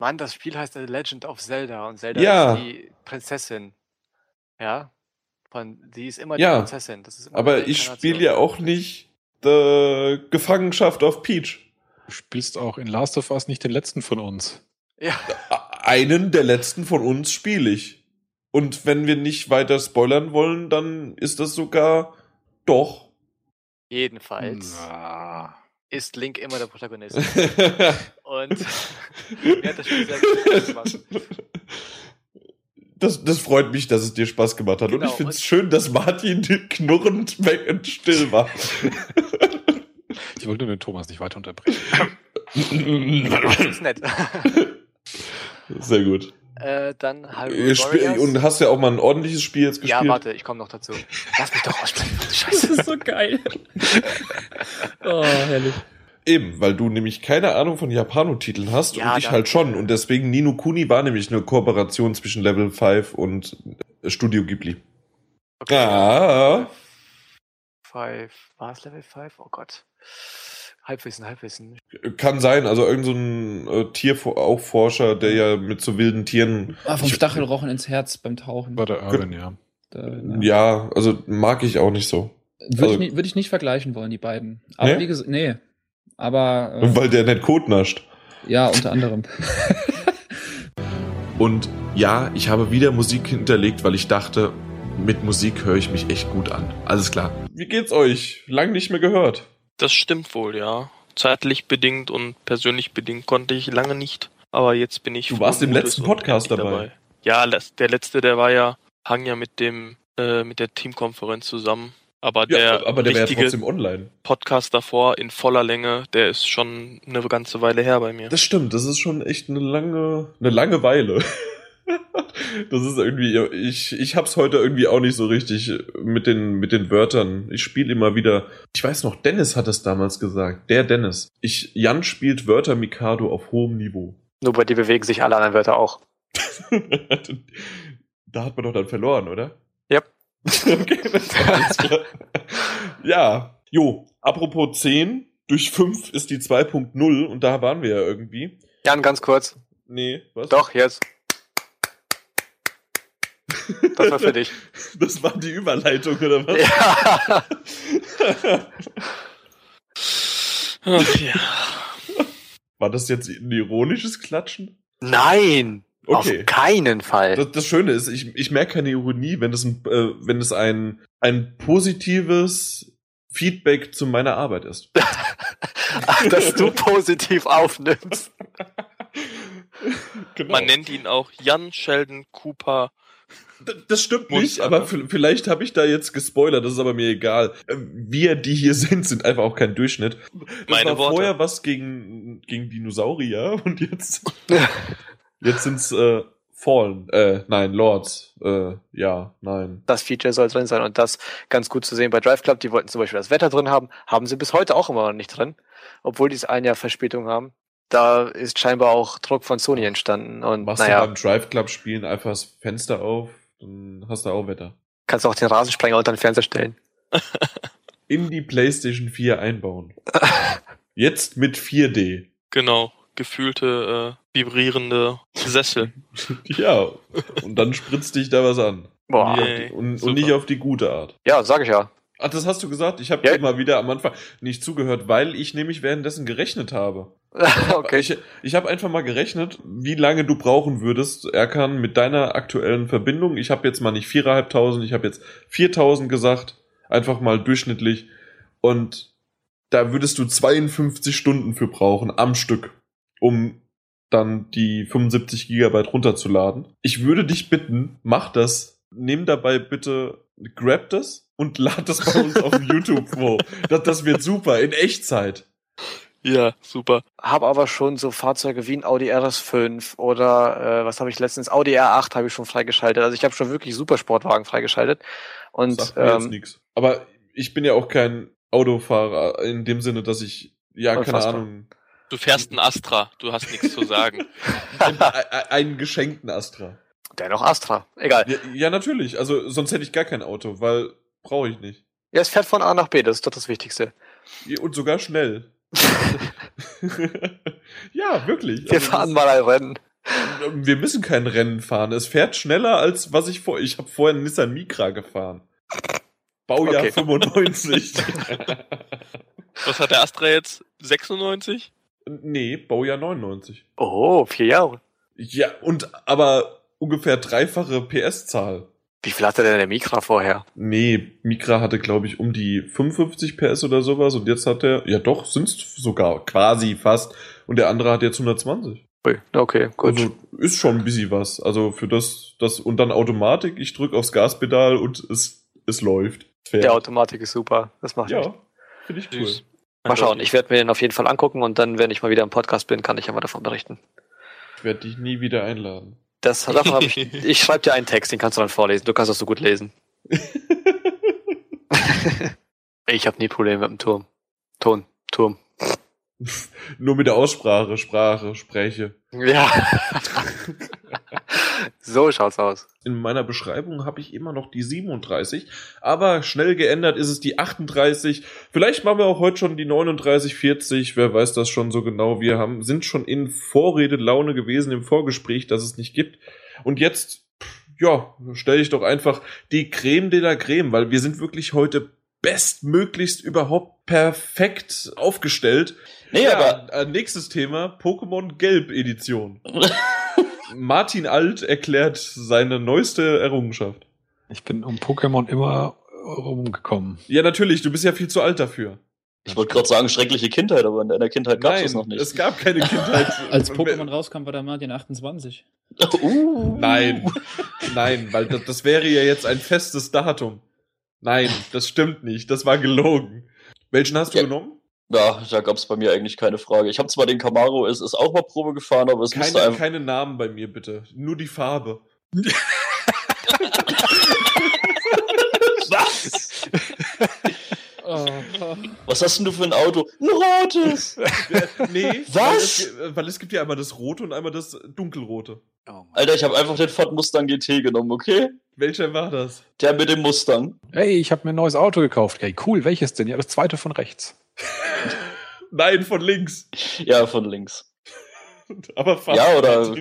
Mann, das Spiel heißt The Legend of Zelda und Zelda Ja. ist die Prinzessin. Ja. Von, die ist immer die Ja, Prinzessin. Das ist immer aber die ich Inkarnation. spiele ja auch nicht The Gefangenschaft auf Peach. Du spielst auch in Last of Us nicht den letzten von uns. Ja. Einen der letzten von uns spiele ich. Und wenn wir nicht weiter spoilern wollen, dann ist das sogar doch. Jedenfalls ist Link immer der Protagonist. und mir hat das Spiel sehr viel Spaß gemacht. Das, das freut mich, dass es dir Spaß gemacht hat. und Genau, ich finde es und- schön, dass Martin knurrend weg und still war. Ich wollte nur den Thomas nicht weiter unterbrechen. Das ist nett. Sehr gut. äh, dann Hyrule Ihr spiel- Warriors. und hast ja auch mal ein ordentliches Spiel jetzt gespielt. Ja, warte, ich komme noch dazu. Lass mich doch aussprechen. Das ist so geil. Oh, herrlich. Eben, weil du nämlich keine Ahnung von Japano-Titeln hast Ja, und ich da- halt schon. Und deswegen Nino Kuni war nämlich eine Kooperation zwischen Level 5 und äh, Studio Ghibli. Ah, Five. War es Level 5? Oh Gott. Halbwissen, Halbwissen. kann sein. Also irgend so ein äh, Tierforscher, auch Forscher, der ja mit so wilden Tieren. Ah, vom ich, Stachelrochen ins Herz beim Tauchen. War der Urban, ja. Da, ja, also mag ich auch nicht so. Würde ich, Also, nicht- würde ich nicht vergleichen wollen, die beiden. Aber Nee? wie gesagt, nee. Aber äh, weil der nicht Kot nascht. ja, unter anderem. Und ja, ich habe wieder Musik hinterlegt, weil ich dachte, mit Musik höre ich mich echt gut an. Alles klar. Wie geht's euch? Lang nicht mehr gehört. Das stimmt wohl, ja. Zeitlich bedingt und persönlich bedingt konnte ich lange nicht. Aber jetzt bin ich. Du warst frohen im Mutes letzten und Podcast endlich dabei. Ja, das- der letzte, der war ja, hang ja mit dem äh, mit der Teamkonferenz zusammen. Aber Ja, der, aber der wäre ja richtige trotzdem online. Podcast davor in voller Länge, der ist schon eine ganze Weile her bei mir. Das stimmt, das ist schon echt eine lange, eine Langeweile. Das ist irgendwie, ich, ich hab's heute irgendwie auch nicht so richtig mit den, mit den Wörtern. Ich spiele immer wieder, ich weiß noch, Dennis hat es damals gesagt, der Dennis. Ich, Jan spielt Wörter Mikado auf hohem Niveau. Nur bei dir bewegen sich alle anderen Wörter auch. Da hat man doch dann verloren, oder? Ja. okay, das ist alles klar. ja, jo, apropos 10, durch 5 ist die 2.0 und da waren wir ja irgendwie. Jan, ganz kurz. Nee, was? Doch, jetzt. Das war für dich. Das war die Überleitung, oder was? Ach ja. War das jetzt ein ironisches Klatschen? Nein! Auf keinen Fall. Das, das Schöne ist, ich, ich merke keine Ironie, wenn es ein, äh, wenn es ein, ein positives Feedback zu meiner Arbeit ist. Dass du positiv aufnimmst. Genau. Genau. Man nennt ihn auch Jan Sheldon Cooper. Das stimmt nicht, aber ne? v- vielleicht habe ich da jetzt gespoilert, das ist aber mir egal. Äh, Wir, die hier sind, sind einfach auch kein Durchschnitt. Das Meine war Worte. vorher was gegen, gegen Dinosaurier und jetzt, jetzt sind's äh, Fallen. Äh, nein, Lords. Äh, ja, nein. Das Feature soll drin sein und das ganz gut zu sehen bei Drive Club. Die wollten zum Beispiel das Wetter drin haben, haben sie bis heute auch immer noch nicht drin, obwohl die es ein Jahr Verspätung haben. Da ist scheinbar auch Druck von Sony entstanden und Machst naja, du beim Drive Club spielen einfach das Fenster auf, dann hast du auch Wetter. kannst du auch den Rasensprenger unter den Fernseher stellen. In die PlayStation 4 einbauen. Jetzt mit 4D. Genau. Gefühlte, äh, vibrierende Sessel. Mhm. Ja. Und dann spritzt dich da was an. Ah, Boah. Und, und, Super. und nicht auf die gute Art. Ja, sag ich ja. Ach, das hast du gesagt. Ich habe dir mal wieder am Anfang nicht zugehört, weil ich nämlich währenddessen gerechnet habe. okay. Ich, ich habe einfach mal gerechnet, wie lange du brauchen würdest, Erkan, mit deiner aktuellen Verbindung. Ich habe jetzt mal nicht 4.500, ich habe jetzt 4.000 gesagt, einfach mal durchschnittlich. Und da würdest du 52 Stunden für brauchen, am Stück, um dann die 75 Gigabyte runterzuladen. Ich würde dich bitten, mach das. Nimm dabei bitte, grab das und lad das bei uns auf YouTube hoch. Das, das wird super, in Echtzeit. Ja, super. Hab aber schon so Fahrzeuge wie ein Audi RS5 oder äh, was habe ich letztens? Audi R8 habe ich schon freigeschaltet. Also ich habe schon wirklich Supersportwagen freigeschaltet. Und Sagt mir jetzt ähm, nichts. Aber ich bin ja auch kein Autofahrer in dem Sinne, dass ich, ja, keine Unfassbar. Ahnung, Du fährst ein Astra, du hast nichts zu sagen. ein- ein- einen geschenkten Astra. Dennoch Astra, egal. Ja, ja, natürlich. Also sonst hätte ich gar kein Auto, weil brauche ich nicht. ja, es fährt von A nach B, das ist doch das Wichtigste. Und sogar schnell. ja, wirklich. Also, Wir fahren mal ein Rennen. Wir müssen kein Rennen fahren. Es fährt schneller als was ich vor. Ich habe vorher einen Nissan Micra gefahren. Baujahr Okay. 95. Was hat der Astra jetzt? 96? nee, Baujahr 99. Oh, vier Jahre. Ja, und aber ungefähr dreifache PS-Zahl. Wie viel hatte denn der Micra vorher? Nee, Micra hatte, glaube ich, um die 55 PS oder sowas und jetzt hat er, ja doch, sind es sogar quasi fast. Und der andere hat jetzt 120. Ui, okay, gut. Also ist schon ein bisschen was. Also für das, das und dann Automatik, ich drücke aufs Gaspedal und es, es läuft. Fährt. Der Automatik ist super, das macht ja, echt. finde ich cool. Mal schauen, ich werde mir den auf jeden Fall angucken und dann, wenn ich mal wieder im Podcast bin, kann ich ja mal davon berichten. Ich werde dich nie wieder einladen. Das, davon hab ich ich schreibe dir einen Text, den kannst du dann vorlesen. Du kannst das so gut lesen. ich habe nie Probleme mit dem Turm. Ton, Turm. Nur mit der Aussprache, Sprache, Spreche. Ja. so schaut's aus. In meiner Beschreibung habe ich immer noch die 37, aber schnell geändert ist es die 38. Vielleicht machen wir auch heute schon die 39, 40. Wer weiß das schon so genau. Wir haben, sind schon in Vorrede-Laune gewesen im Vorgespräch, dass es nicht gibt. Und jetzt, pff, ja, stelle ich doch einfach die Creme de la Creme, weil wir sind wirklich heute bestmöglichst überhaupt perfekt aufgestellt. Nee, aber äh, nächstes Thema, Pokémon Gelb Edition. Martin Alt erklärt seine neueste Errungenschaft. Ich bin um Pokémon immer rumgekommen. Ja, natürlich, du bist ja viel zu alt dafür. Ich wollte gerade sagen, schreckliche Kindheit, aber in deiner Kindheit gab es das noch nicht. Es gab keine Kindheit. Als Pokémon rauskam, war der Martin 28. uh. Nein. Nein, weil das, das wäre ja jetzt ein festes Datum. Nein, das stimmt nicht. Das war gelogen. Welchen hast du genommen? Ja, da gab es bei mir eigentlich keine Frage. Ich habe zwar den Camaro, es ist auch mal Probe gefahren, aber es müsste Keine, einfach. keine Namen bei mir bitte. Nur die Farbe. Was? Oh. Was hast denn du für ein Auto? Ein rotes! Nee. Weil Was? es, ge- weil es gibt ja einmal das Rote und einmal das Dunkelrote. Alter, ich habe einfach den Ford Mustang GT genommen, okay? Welcher war das? Der mit dem Mustang. Hey, ich habe mir ein neues Auto gekauft. Hey, cool, welches denn? Ja, das zweite von rechts. Nein, von links. Ja, von links. Aber fast. Ja, oder-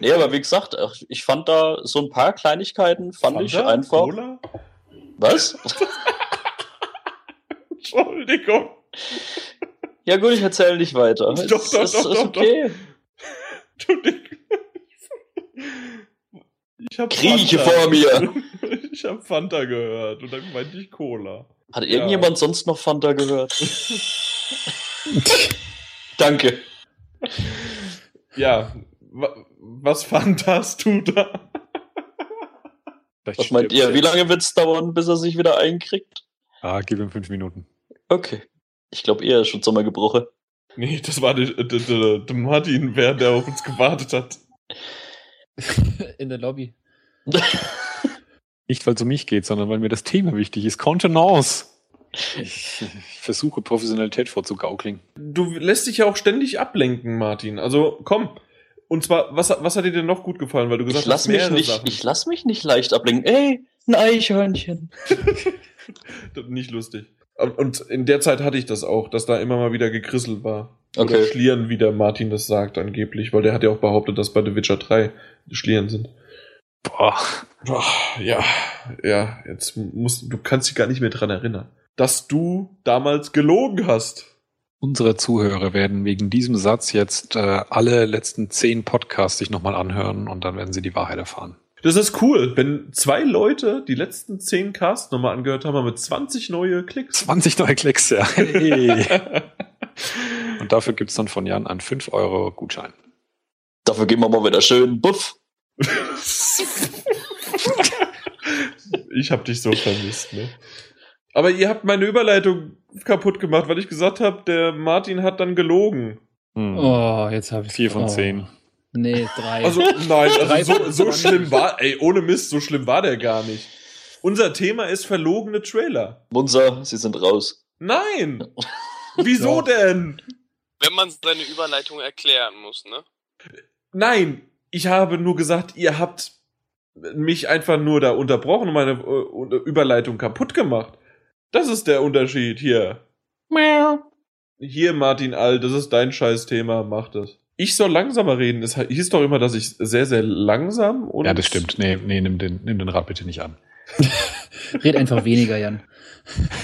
Nee, aber wie gesagt, ach, ich fand da so ein paar Kleinigkeiten, fand ich Fanta? einfach. Cola? Was? Entschuldigung. Ja gut, ich erzähle nicht weiter. Doch, doch, doch, doch, doch. Ich hab Krieche Fanta. vor mir. Ich habe Fanta gehört und dann meinte ich Cola. Hat Ja. irgendjemand sonst noch Fanta gehört? Danke. Ja, wa was fandast du da? Was meint ihr? Wie lange wird es dauern, bis er sich wieder einkriegt? Ah, gib ihm fünf Minuten. Okay. Ich glaube, er ist schon Sommergebroche. Nee, das war der, der, der, der Martin, wer der auf uns gewartet hat. In der Lobby. Nicht, weil es um mich geht, sondern weil mir das Thema wichtig ist. Kontenance. Ich, ich versuche, Professionalität vorzugaukeln. Du lässt dich ja auch ständig ablenken, Martin. Also komm. Und zwar, was, was hat dir denn noch gut gefallen? Weil du gesagt Ich lass, hast, mich mehrere nicht, Sachen. ich lass mich nicht leicht ablenken. Ey, ein Eichhörnchen. Nicht lustig. Und in der Zeit hatte ich das auch, dass da immer mal wieder gekrisselt war. Oder Okay. Schlieren, wie der Martin das sagt, angeblich, weil der hat ja auch behauptet, dass bei The Witcher 3 Schlieren sind. Boah. Boah, ja, ja, jetzt musst du kannst dich gar nicht mehr dran erinnern, dass du damals gelogen hast. Unsere Zuhörer werden wegen diesem Satz jetzt äh, alle letzten zehn Podcasts sich nochmal anhören und dann werden sie die Wahrheit erfahren. Das ist cool, wenn zwei Leute die letzten zehn Casts nochmal angehört haben, haben wir 20 neue Klicks. 20 neue Klicks, ja. Hey. und dafür gibt's dann von Jan einen 5-Euro-Gutschein. Dafür geben wir mal wieder schön Buff. Ich hab dich so vermisst, ne? Aber ihr habt meine Überleitung kaputt gemacht, weil ich gesagt habe, der Martin hat dann gelogen. Hm. Hm. Oh, jetzt habe ich Vier von oh. zehn. Nee, drei. Also nein, Drei also so, von so zwanzig. schlimm war, ey, ohne Mist, so schlimm war der gar nicht. Unser Thema ist verlogene Trailer. Munzer, sie sind raus. Nein! Wieso denn? Wenn man seine Überleitung erklären muss, ne? Nein, ich habe nur gesagt, ihr habt mich einfach nur da unterbrochen und meine äh, Überleitung kaputt gemacht. Das ist der Unterschied hier. Hier, Martin All, das ist dein Scheißthema, mach das. Ich soll langsamer reden. Es hieß doch immer, dass ich sehr, sehr langsam und. Ja, das stimmt. Nee, nee nimm, den, nimm den Rat bitte nicht an. Red einfach weniger, Jan.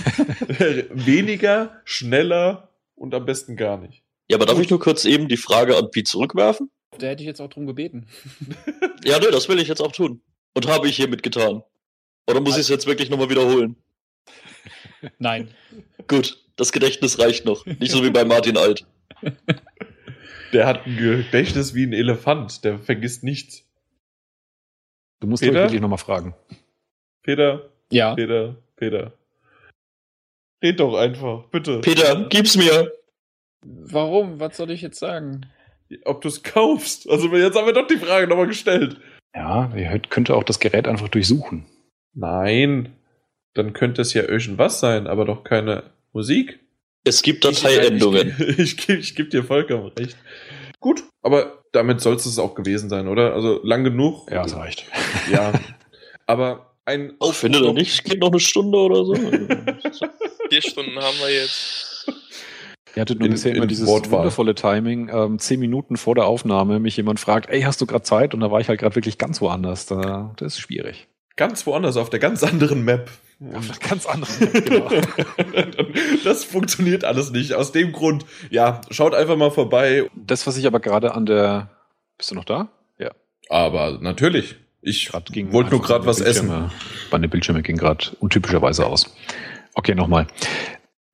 Weniger, schneller und am besten gar nicht. Ja, aber darf ich nur kurz eben die Frage an Piet zurückwerfen? Da hätte ich jetzt auch drum gebeten. Ja, ne, das will ich jetzt auch tun. Und habe ich hiermit getan. Oder muss ich es jetzt wirklich nochmal wiederholen? Nein. Gut, das Gedächtnis reicht noch. Nicht so wie bei Martin Alt. Der hat ein Gedächtnis wie ein Elefant, der vergisst nichts. Du musst Peter? Peter? wirklich nochmal fragen. Peter, Ja. Peter, Peter. Red doch einfach, bitte. Peter, gib's mir. Warum? Was soll ich jetzt sagen? Ob du es kaufst. Also jetzt haben wir doch die Frage nochmal gestellt. Ja, ihr hört- könnt auch das Gerät einfach durchsuchen. Nein. Dann könnte es ja irgendwas sein, aber doch keine Musik. Es gibt Dateiendungen. Ich, ich, geb- ich gebe dir vollkommen recht. Gut, aber damit soll es auch gewesen sein, oder? Also lang genug. Ja, es reicht. Ja. Aber ein Ich finde doch Oh, nicht, geht noch eine Stunde oder so. Vier Stunden haben wir jetzt. Ihr hattet nur In- bisher in immer dieses Wortwahl. wundervolle Timing. Ähm, zehn Minuten vor der Aufnahme mich jemand fragt, ey, hast du gerade Zeit? Und da war ich halt gerade wirklich ganz woanders. Da, das ist schwierig. ganz woanders, auf der ganz anderen Map. Ganz anders. genau. das funktioniert alles nicht. Aus dem Grund, ja, schaut einfach mal vorbei. Das, was ich aber gerade an der. Bist du noch da? Ja. Aber natürlich. Ich wollte nur gerade was essen. Meine Bildschirme gingen gerade untypischerweise aus. Okay, nochmal.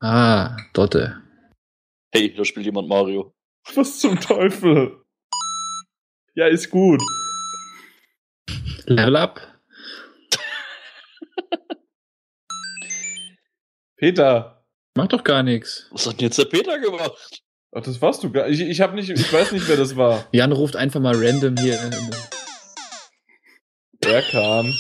Ah, Dotte. Hey, da spielt jemand Mario. Was zum Teufel? Ja, ist gut. Level up. Peter. Mach doch gar nichts. Was hat denn jetzt der Peter gemacht? Ach, das warst du gar nicht. Ich, ich hab nicht, ich weiß nicht, wer das war. Jan ruft einfach mal random hier. äh, Er kam.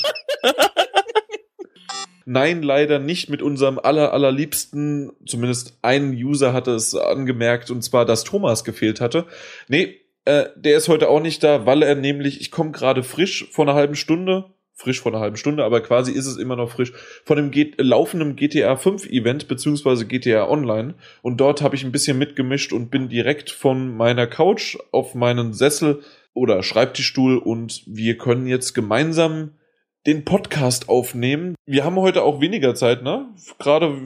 Nein, leider nicht mit unserem aller, allerliebsten. Zumindest ein User hatte es angemerkt, und zwar, dass Thomas gefehlt hatte. Nee, äh, der ist heute auch nicht da, weil er nämlich, ich komme gerade frisch vor einer halben Stunde, frisch vor einer halben Stunde, aber quasi ist es immer noch frisch, von dem G laufenden GTA 5 Event, beziehungsweise GTA Online. Und dort habe ich ein bisschen mitgemischt und bin direkt von meiner Couch auf meinen Sessel oder Schreibtischstuhl und wir können jetzt gemeinsam den Podcast aufnehmen. Wir haben heute auch weniger Zeit, ne? Gerade,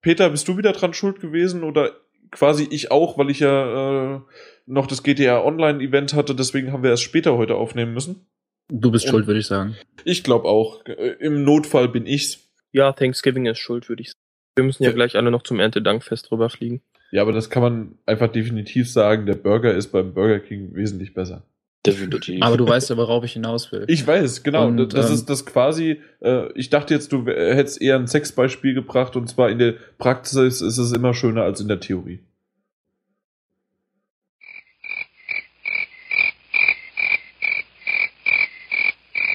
Peter, bist du wieder dran schuld gewesen oder quasi ich auch, weil ich ja äh, noch das GTA Online-Event hatte, deswegen haben wir erst später heute aufnehmen müssen. Du bist Und- schuld, würde ich sagen. Ich glaube auch. Äh, Im Notfall bin ich's. Ja, Thanksgiving ist schuld, würde ich sagen. Wir müssen ja gleich alle noch zum Erntedankfest rüberfliegen. Ja, aber das kann man einfach definitiv sagen. Der Burger ist beim Burger King wesentlich besser. Definitiv. Aber du weißt ja, worauf ich hinaus will. Ich weiß, genau. Und, das ähm, ist das quasi, äh, ich dachte jetzt, du wär- hättest eher ein Sexbeispiel gebracht und zwar in der Praxis ist es immer schöner als in der Theorie.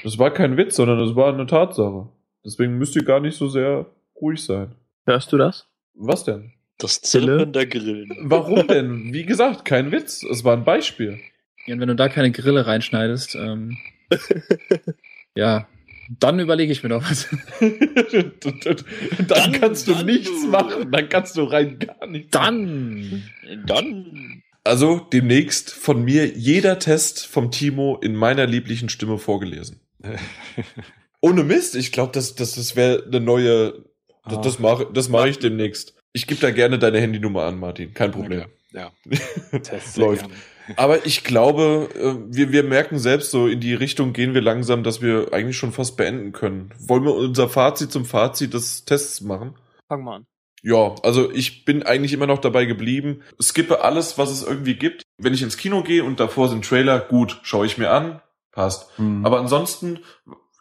Das war kein Witz, sondern das war eine Tatsache. Deswegen müsst ihr gar nicht so sehr ruhig sein. Hörst du das? Was denn? Das Zirpen der Grillen. Warum denn? Wie gesagt, kein Witz. Es war ein Beispiel. Ja, und wenn du da keine Grille reinschneidest, ähm, ja, dann überlege ich mir doch was. dann, kannst du nichts machen. Dann kannst du rein gar nichts. Dann. Dann. Also demnächst von mir jeder Test vom Timo in meiner lieblichen Stimme vorgelesen. Ohne Mist, ich glaube, das, das, das wäre eine neue. Ah. Das, das mache das mach ich demnächst. Ich gebe da gerne deine Handynummer an, Martin. Kein Problem. Ja. Sehr läuft. Aber ich glaube, äh, wir, wir merken selbst so, in die Richtung gehen wir langsam, dass wir eigentlich schon fast beenden können. Wollen wir unser Fazit zum Fazit des Tests machen? Fang mal an. Ja, also ich bin eigentlich immer noch dabei geblieben. Skippe alles, was es irgendwie gibt. Wenn ich ins Kino gehe und davor sind Trailer, gut, schaue ich mir an, passt. Mhm. Aber ansonsten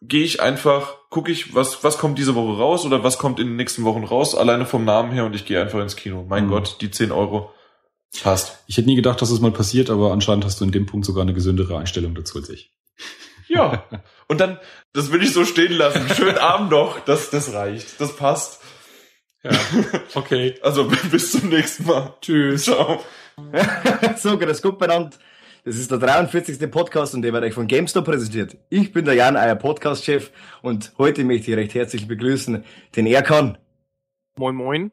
gehe ich einfach, gucke ich, was, was kommt diese Woche raus oder was kommt in den nächsten Wochen raus, alleine vom Namen her und ich gehe einfach ins Kino. Mein Mhm. Gott, die 10 Euro. Passt. Ich hätte nie gedacht, dass es mal passiert, aber anscheinend hast du in dem Punkt sogar eine gesündere Einstellung dazu als ich. Ja. Und dann, das will ich so stehen lassen. Schönen Abend noch. Das, das reicht. Das passt. Ja. Okay. Also bis zum nächsten Mal. Tschüss. Ciao. so, das gut benannt. Das ist der 43. Podcast und der wird euch von GameStop präsentiert. Ich bin der Jan, euer Podcast-Chef und heute möchte ich recht herzlich begrüßen den Erkan, Moin, moin.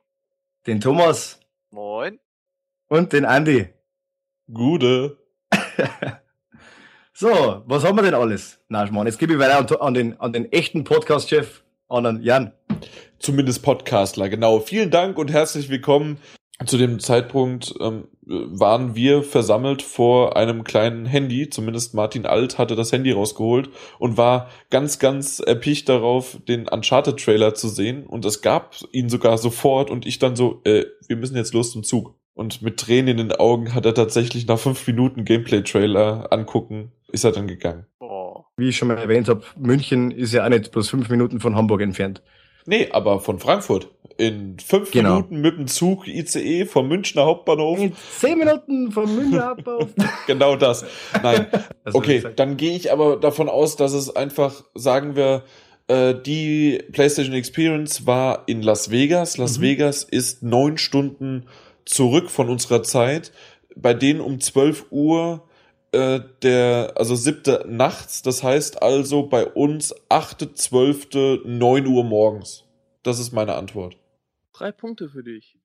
den Thomas Moin. und den Andi. Gute. So, was haben wir denn alles? Na, Schmarrn, jetzt gebe ich weiter an, To- an, den, an den echten Podcast-Chef, an den Jan. zumindest Podcastler, genau. Vielen Dank und herzlich willkommen. Zu dem Zeitpunkt ähm, waren wir versammelt vor einem kleinen Handy. Zumindest Martin Alt hatte das Handy rausgeholt und war ganz, ganz erpicht darauf, den Uncharted-Trailer zu sehen. Und es gab ihn sogar sofort und ich dann so, äh, wir müssen jetzt los zum Zug. Und mit Tränen in den Augen hat er tatsächlich nach fünf Minuten Gameplay-Trailer angucken, ist er dann gegangen. Wie ich schon mal erwähnt habe, München ist ja auch nicht bloß fünf Minuten von Hamburg entfernt. Nee, aber von Frankfurt. In fünf Genau. Minuten mit dem Zug ICE vom Münchner Hauptbahnhof. Zehn Minuten vom Münderabbau. genau das. Nein. Also, Okay, exakt. dann gehe ich aber davon aus, dass es einfach, sagen wir, äh, die PlayStation Experience war in Las Vegas. Las Mhm. Vegas ist neun Stunden zurück von unserer Zeit, bei denen um 12 Uhr äh, der, also siebte nachts, das heißt also bei uns achte, zwölfte, neun Uhr morgens. Das ist meine Antwort. Drei Punkte für dich.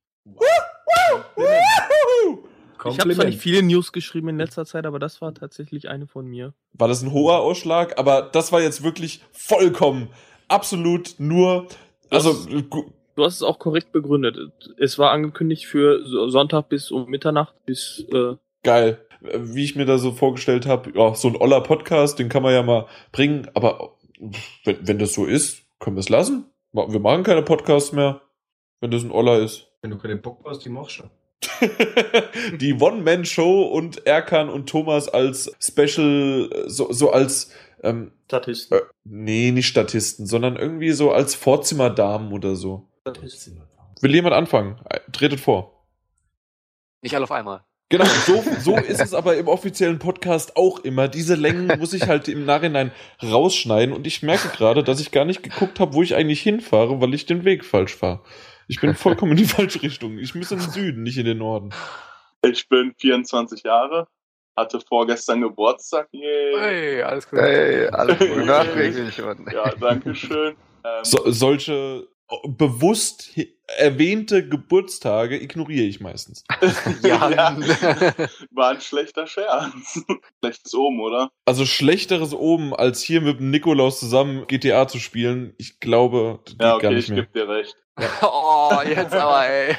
Ich habe zwar Kompliment. nicht viele News geschrieben in letzter Zeit, aber das war tatsächlich eine von mir. war das ein hoher Ausschlag, aber das war jetzt wirklich vollkommen, absolut nur, also gu- Du hast es auch korrekt begründet. Es war angekündigt für so- Sonntag bis um Mitternacht bis äh, geil. Wie ich mir da so vorgestellt habe, ja, so ein oller Podcast, den kann man ja mal bringen, aber pff, wenn, wenn das so ist, können wir es lassen. Ma- Wir machen keine Podcasts mehr, wenn das ein oller ist. Wenn du keinen Bock hast, die machst schon. Die One-Man-Show und Erkan und Thomas als Special, äh, so, so als äh, Ähm, Statisten. Äh, nee, nicht Statisten, sondern irgendwie so als Vorzimmerdamen oder so. Will jemand anfangen? Äh, Tretet vor. Nicht alle auf einmal. Genau, so, so ist es aber im offiziellen Podcast auch immer. Diese Längen muss ich halt im Nachhinein rausschneiden und ich merke gerade, dass ich gar nicht geguckt habe, wo ich eigentlich hinfahre, weil ich den Weg falsch fahre. Ich bin vollkommen in die falsche Richtung. Ich muss in den Süden, nicht in den Norden. Ich bin 24 Jahre, hatte vorgestern Geburtstag. Yay. Hey, alles gut. Hey, alles Gute nachträglich, Mann. Ja, danke schön. Ähm, So, solche äh, bewusst hi- erwähnte Geburtstage ignoriere ich meistens. ja. War ein schlechter Scherz. Schlechtes Oben, oder? Also schlechteres oben, als hier mit dem Nikolaus zusammen GTA zu spielen, ich glaube, das Ja, geht gar okay, nicht ich mehr. geb dir recht. Oh, jetzt aber, ey.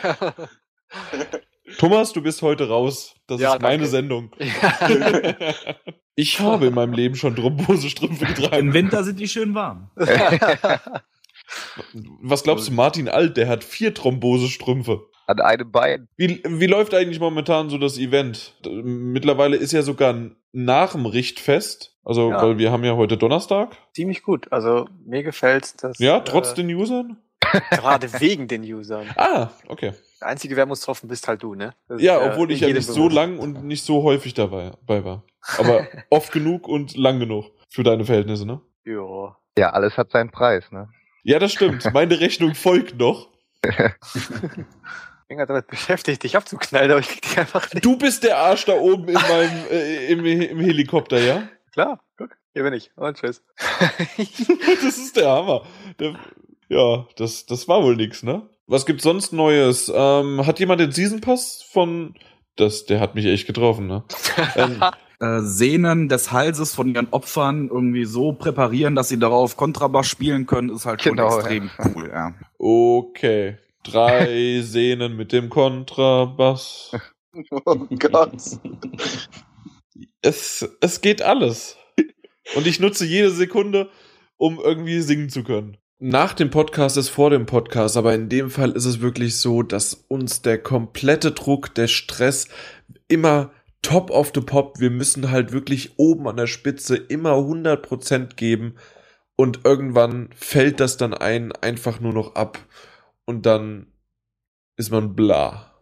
Thomas, du bist heute raus. Das Ja, ist meine danke. Sendung. ich habe in meinem Leben schon Thrombosestrümpfe getragen. Im Winter sind die schön warm. Was glaubst du, Martin Alt, der hat vier Thrombosestrümpfe. An einem Bein. Wie, wie läuft eigentlich momentan so das Event? D- Mittlerweile ist ja sogar ein- nach dem Richtfest, also Ja. weil wir haben ja heute Donnerstag. Ziemlich gut. Also mir gefällt's, dass. Ja, trotz äh, den Usern? Gerade wegen den Usern. Ah, okay. Der einzige Wermutstropfen bist halt du, ne? Das Ja, ist, äh, obwohl ich in ja jedem nicht so bewusst. lang und nicht so häufig dabei, dabei war. Aber oft genug und lang genug für deine Verhältnisse, ne? Ja. Ja, alles hat seinen Preis, ne? Ja, das stimmt. Meine Rechnung folgt noch. Ich bin gerade damit beschäftigt, dich abzuknallen, aber ich krieg dich einfach nicht. Du bist der Arsch da oben in meinem, äh, im, im Helikopter, ja? Klar, guck, hier bin ich. Und tschüss. das ist der Hammer. Der, ja, das, das war wohl nix, ne? Was gibt's sonst Neues? Ähm, hat jemand den Season Pass von. Das, der hat mich echt getroffen, ne? ähm, Äh, Sehnen des Halses von ihren Opfern irgendwie so präparieren, dass sie darauf Kontrabass spielen können, ist halt Genau, schon extrem cool, ja. okay. Drei Sehnen mit dem Kontrabass. Oh Gott. Es, es geht alles. Und ich nutze jede Sekunde, um irgendwie singen zu können. Nach dem Podcast ist vor dem Podcast, aber in dem Fall ist es wirklich so, dass uns der komplette Druck, der Stress immer top of the pop, wir müssen halt wirklich oben an der Spitze immer 100% geben und irgendwann fällt das dann ein einfach nur noch ab und dann ist man bla.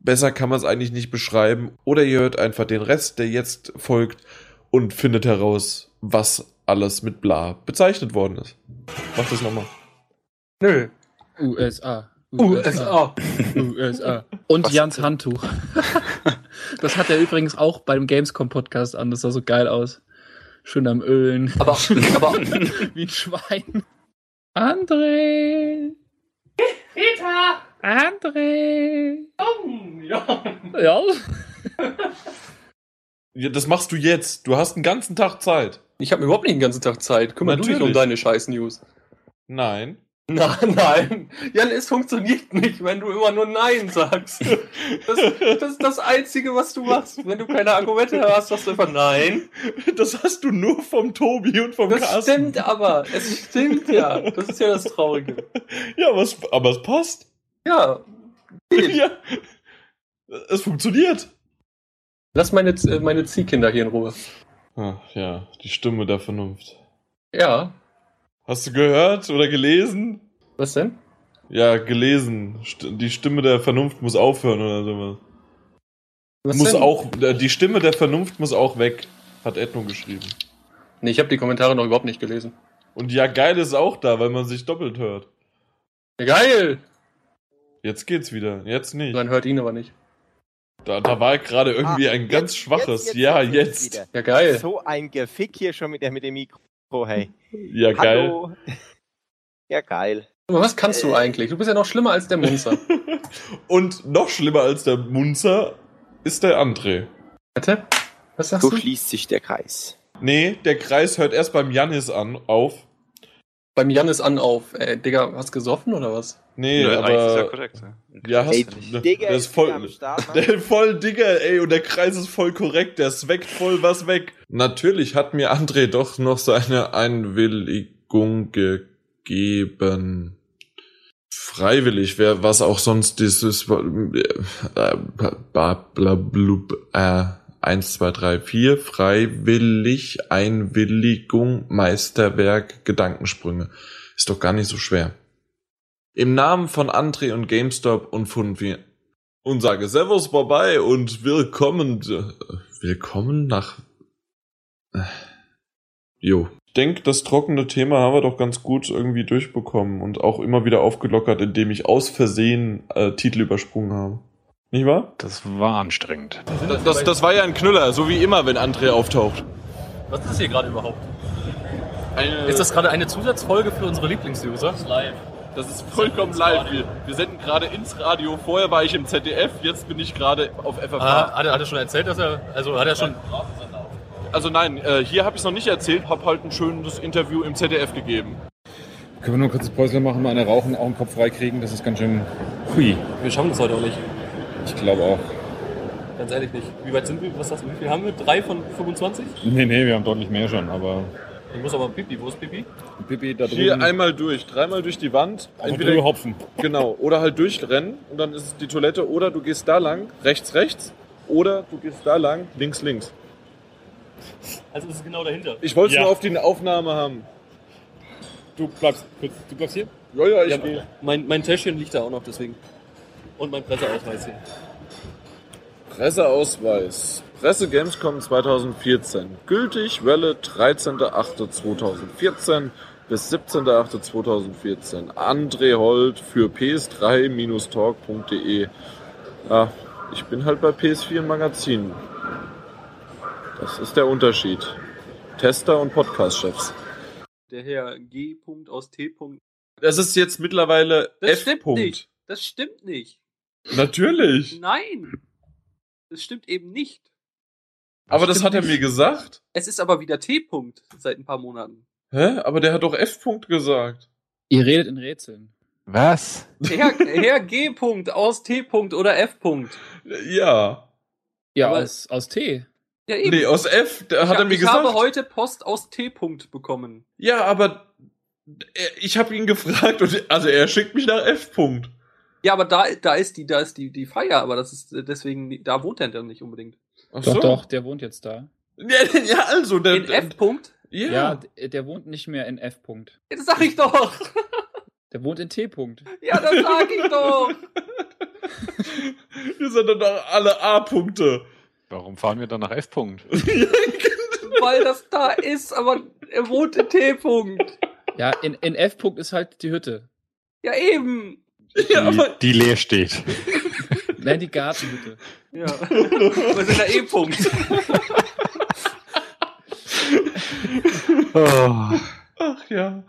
Besser kann man es eigentlich nicht beschreiben. Oder ihr hört einfach den Rest, der jetzt folgt, und findet heraus, was alles mit bla bezeichnet worden ist. Mach das nochmal. Nö. USA. USA. USA. Und Jans Handtuch. Das hat er übrigens auch beim Gamescom-Podcast an. Das sah so geil aus. Schön am Ölen. Aber, aber wie ein Schwein. André! Peter! André! Komm! Ja! Ja? Ja, das machst du jetzt. Du hast einen ganzen Tag Zeit. Ich habe überhaupt nicht den ganzen Tag Zeit. Kümmer du dich um Natürlich. deine scheiß News. Nein. Na, nein. Jan, es funktioniert nicht, wenn du immer nur Nein sagst. Das, das ist das Einzige, was du machst. Wenn du keine Argumente hast, sagst du einfach Nein. Das hast du nur vom Tobi und vom Das Carsten. stimmt aber. Es stimmt ja. Das ist ja das Traurige. Ja, was, aber es passt. Ja. ja. Es funktioniert. Lass meine, Z- äh, meine Ziehkinder hier in Ruhe. Ach ja, die Stimme der Vernunft. Ja. Hast du gehört oder gelesen? Was denn? Ja, gelesen. St die Stimme der Vernunft muss aufhören oder sowas. Was muss denn? auch, äh, die Stimme der Vernunft muss auch weg, hat Edno geschrieben. Nee, ich habe die Kommentare noch überhaupt nicht gelesen. Und ja, geil ist auch da, weil man sich doppelt hört. Geil! Jetzt geht's wieder, jetzt nicht. Man hört ihn aber nicht. Da, da war gerade irgendwie Ah, ein ganz schwaches. jetzt, ja, jetzt jetzt. wieder. Ja, geil. So ein Gefick hier schon mit, der, mit dem Mikro, hey. Ja, geil. Hallo. Ja, geil. Aber was kannst du eigentlich? Du bist ja noch schlimmer als der Munzer. Und noch schlimmer als der Munzer ist der André. Warte, was sagst So du? schließt sich der Kreis. Nee, der Kreis hört erst beim Jannis an, auf. Beim Jannis an auf. Ey, Digga, hast gesoffen oder was? Nee, Nö, aber. eigentlich ist ja korrekt. Ja, hast Ey, du. Digger Der ist ist voll, wieder am Start, ne? Mann. der ist voll Digger, ey, und der Kreis ist voll korrekt, der swackt voll was weg. Natürlich hat mir André doch noch seine Einwilligung gegeben. Freiwillig, wer was auch sonst dieses äh, äh, bla, bla, blub, äh, 1, 2, 3, 4, freiwillig, Einwilligung, Meisterwerk, Gedankensprünge. Ist doch gar nicht so schwer. Im Namen von André und GameStop und von wir und sage Servus vorbei und willkommen, äh, willkommen nach, äh, jo. Ich denke, das trockene Thema haben wir doch ganz gut irgendwie durchbekommen und auch immer wieder aufgelockert, indem ich aus Versehen äh, Titel übersprungen habe. Nicht wahr? Das war anstrengend. Das, das, das war ja ein Knüller, so wie immer, wenn André auftaucht. Was ist das hier gerade überhaupt? ist das gerade eine Zusatzfolge für unsere Lieblingsuser? Das ist live. Das ist vollkommen live. Wir, wir senden gerade ins Radio. Vorher war ich im ZDF, jetzt bin ich gerade auf FFH. Ah, hat, er, hat er schon erzählt, dass er. Also hat er schon. Also nein, äh, hier habe ich es noch nicht erzählt, habe halt ein schönes Interview im ZDF gegeben. Können wir nur ein kurzes Päuschen machen, mal eine rauchen, auch den Kopf freikriegen? Das ist ganz schön. Hui. Wir schaffen das heute auch nicht. Ich glaube auch. Ganz ehrlich nicht. Wie weit sind wir? Was hast du? Wie viel haben wir? Drei von 25? Nee, nee, wir haben deutlich mehr schon, aber. Ich muss aber Pipi. Wo ist Pipi? Pipi da drüben. Hier einmal durch, dreimal durch die Wand. Einfach drüber hopfen. Genau, oder halt durchrennen und dann ist es die Toilette. Oder du gehst da lang, rechts, rechts. Oder du gehst da lang, links, links. Also ist es genau dahinter. Ich wollte es nur auf die Aufnahme haben. Du bleibst, kurz, du bleibst hier? Ja, ja, ich Ja, gehe. mein, mein Täschchen liegt da auch noch deswegen. Und mein Presseausweis hier. Presseausweis. Presse Gamescom 2014. Gültig Welle 13.08.2014 bis 17.08.2014. André Holt für ps3-talk.de. Ah, E. ich bin halt bei PS4 Magazin. Das ist der Unterschied. Tester und Podcast-Chefs. Der Herr G. -Punkt aus T. -Punkt. Das ist jetzt mittlerweile Das F. stimmt Punkt. nicht. Das stimmt nicht. Natürlich. Nein. Das stimmt eben nicht. Aber das hat er mir gesagt. Es ist aber wieder T-Punkt seit ein paar Monaten. Hä? Aber der hat doch F. Punkt gesagt. Ihr redet in Rätseln. Was? Herr, Herr G. -Punkt aus T. -Punkt oder F. -Punkt. Ja. Ja, Aber- aus, aus T. Ja, Nee, aus F, da ich hat er hab- mir ich gesagt. habe heute Post aus T. -Punkt bekommen. Ja, aber er- ich habe ihn gefragt und also er schickt mich nach F. Punkt. Ja, aber da, da ist die, da ist die, die Feier, aber das ist äh, deswegen, da wohnt er dann nicht unbedingt. Ach Doch, doch, der wohnt jetzt da. Ja, ja, also Äh, der, äh, In F. -Punkt? Ja. Ja, d- der wohnt nicht mehr in F. -Punkt. Ja, Das sag ich doch. Der wohnt in T. -Punkt. Ja, das sag ich doch. Ihr seid dann doch alle A-Punkte. Warum fahren wir dann nach F-Punkt? Weil das da ist, aber er wohnt in T. -Punkt. Ja, in, in F. -Punkt ist halt die Hütte. Ja, eben. Die, die leer steht. Nein, die Gartenhütte. Ja. Wir sind da E-Punkt. Oh. Ach ja.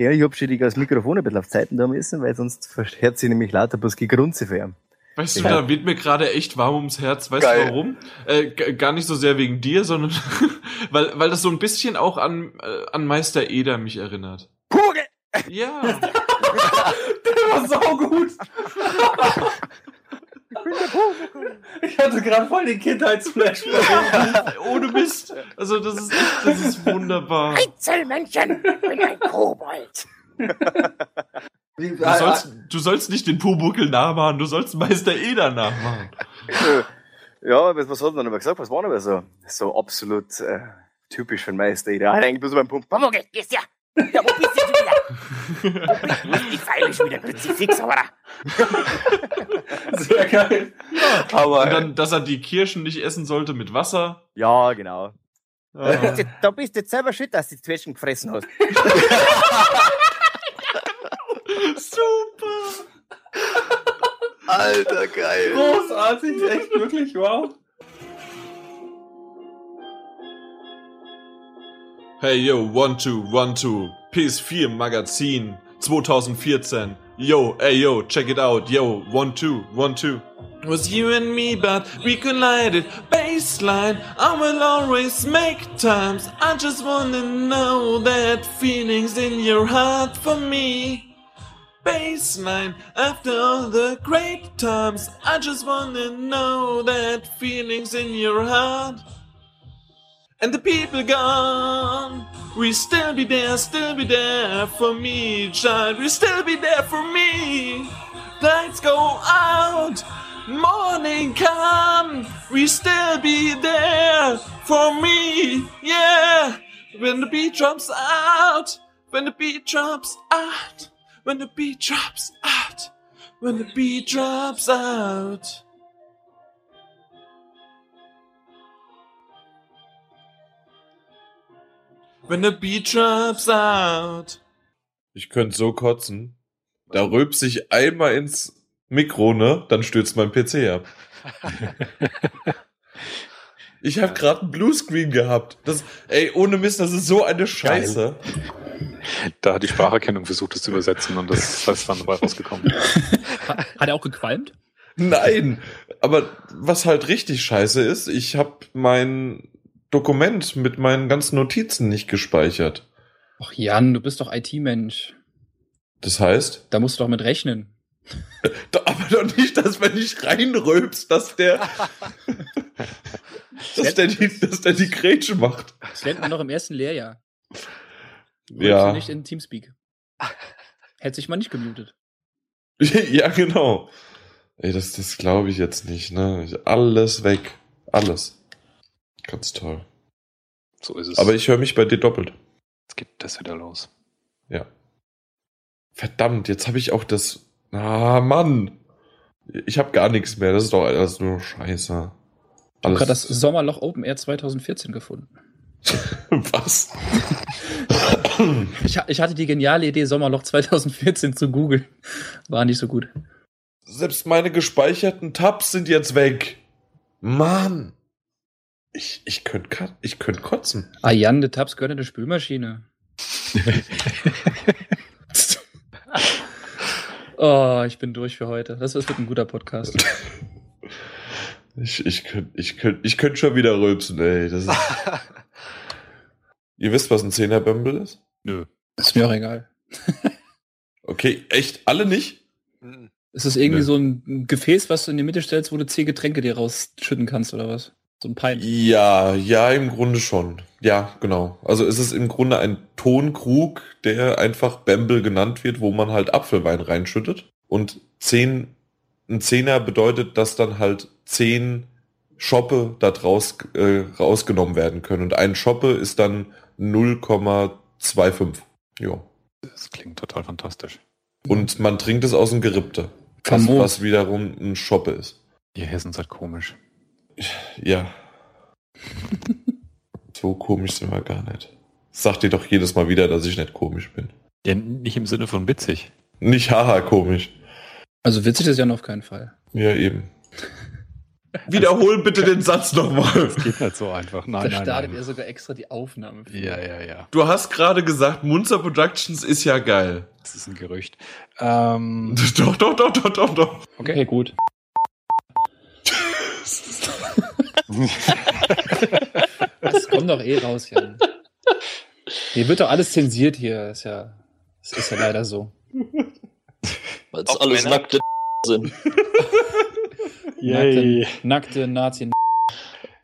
Ja, ich hab schon die- das Mikrofon ein bisschen auf Zeiten da müssen, weil sonst verstört sie nämlich lauter bloß Gegrunze für ihn. Weißt Ja. du, da wird mir gerade echt warm ums Herz. Weißt Geil. du warum? Äh, g- gar nicht so sehr wegen dir, sondern weil, weil das so ein bisschen auch an, äh, an Meister Eder mich erinnert. Kugel! Ja. Der war saugut. Ich hatte gerade voll den Kindheitsflash. Ohne Mist. Oh, Also das ist, das ist wunderbar. Einzelmännchen, ich bin ein Kobold. Du sollst, du sollst nicht den Pumuckel nachmachen, du sollst Meister Eder nachmachen. Ja, was, was hat er denn aber gesagt? Was war denn aber so? So absolut äh, typisch für den Meister. Der hat eigentlich bloß beim Pumpen. Komm, okay, gehst ja. Ja, wo bist du schon wieder? Wo bist du? Ich feile schon wieder Kruzifix, aber Sehr geil. Aber Und dann, dass er die Kirschen nicht essen sollte mit Wasser. Ja, genau. Ja. da. Da bist du jetzt selber schuld, dass du die Zwetschgen gefressen hast. Super! Alter, geil. Großartig, echt wirklich, wow. Hey yo, one two one two PS4 Magazin 2014. Yo, ey yo, check it out. Yo, one two one two. It was you and me, but we collided. Baseline, I will always make times. I just wanna know that feelings in your heart for me. Baseline, after all the great times, I just wanna know that feelings in your heart. And the people gone. We still be there, still be there for me, child. We still be there for me. Lights go out. Morning come, we still be there for me, yeah. When the beat drops out, when the beat drops out, when the beat drops out, when the beat drops out. When the beat drops out. Ich könnte so kotzen. Da rülpst ich einmal ins Mikro, ne? Dann stürzt mein PC ab. ich habe gerade einen Bluescreen gehabt. Das, ey, ohne Mist, das ist so eine Scheiße. Da hat die Spracherkennung versucht, es zu übersetzen und das ist dann dabei rausgekommen. Hat er auch gequalmt? Nein, aber was halt richtig scheiße ist, ich habe mein Dokument mit meinen ganzen Notizen nicht gespeichert. Ach Jan, du bist doch IT-Mensch. Das heißt, Da musst du doch mit rechnen. da- aber doch nicht, dass wenn ich reinrülps, dass der, dass der die, dass der die Grätsche macht. Das lernt man doch im ersten Lehrjahr. Rülpst Ja. du nicht in Teamspeak. Hätte sich mal nicht gemutet. ja, genau. Ey, das, das glaube ich jetzt nicht, ne? Ich- Alles weg. Alles. Ganz toll. So ist es. Aber ich höre mich bei dir doppelt. Jetzt geht das wieder los. Ja. Verdammt, jetzt habe ich auch das. Ah, Mann. Ich habe gar nichts mehr. Das ist doch alles nur Scheiße. Ich habe Alles gerade das Sommerloch Open Air 2014 gefunden. Was? Ich, ha- ich hatte die geniale Idee, Sommerloch 2014 zu googeln. War nicht so gut. Selbst meine gespeicherten Tabs sind jetzt weg. Mann. Ich, ich könnte ka- ich könnt kotzen. Ah, Jan, die Tabs gehören in der Spülmaschine. oh, ich bin durch für heute. Das wird ein guter Podcast. Ich, ich könnte ich könnt, ich könnt schon wieder rülpsen, ey. Das ist Ihr wisst, was ein Zehnerbömbel ist? Nö. Ist mir auch egal. Okay, echt? Alle nicht? Ist das irgendwie Nö. so ein Gefäß, was du in die Mitte stellst, wo du zehn Getränke dir rausschütten kannst oder was? So ein Pein. Ja, ja, im Grunde schon. Ja, genau. Also es ist im Grunde ein Tonkrug, der einfach Bembel genannt wird, wo man halt Apfelwein reinschüttet. Und zehn, ein Zehner bedeutet, dass dann halt zehn Schoppe da draus äh, rausgenommen werden können. Und ein Schoppe ist dann 0,25. Jo. Das klingt total fantastisch. Und man trinkt es aus dem Gerippte. Was, Famos. was wiederum ein Schoppe ist. Ihr Hessen seid komisch. Ja. so komisch sind wir gar nicht. Sag dir doch jedes Mal wieder, dass ich nicht komisch bin. Ja, nicht im Sinne von witzig. Nicht haha komisch. Also witzig ist Jan auf keinen Fall. Ja, eben. Wiederhol bitte den Satz nochmal. Das geht nicht so einfach. da startet er sogar extra die Aufnahme. Ja, ja, ja. Du hast gerade gesagt, Munzer Productions ist ja geil. Das ist ein Gerücht. Ähm. Doch, doch, doch, doch, doch, doch. Okay, gut. Das kommt doch eh raus, Jan. Hier wird doch alles zensiert hier. Ist ja, das ist ja leider so. Weil es alles nackte sind. Yay. Nackte, nackte Nazi.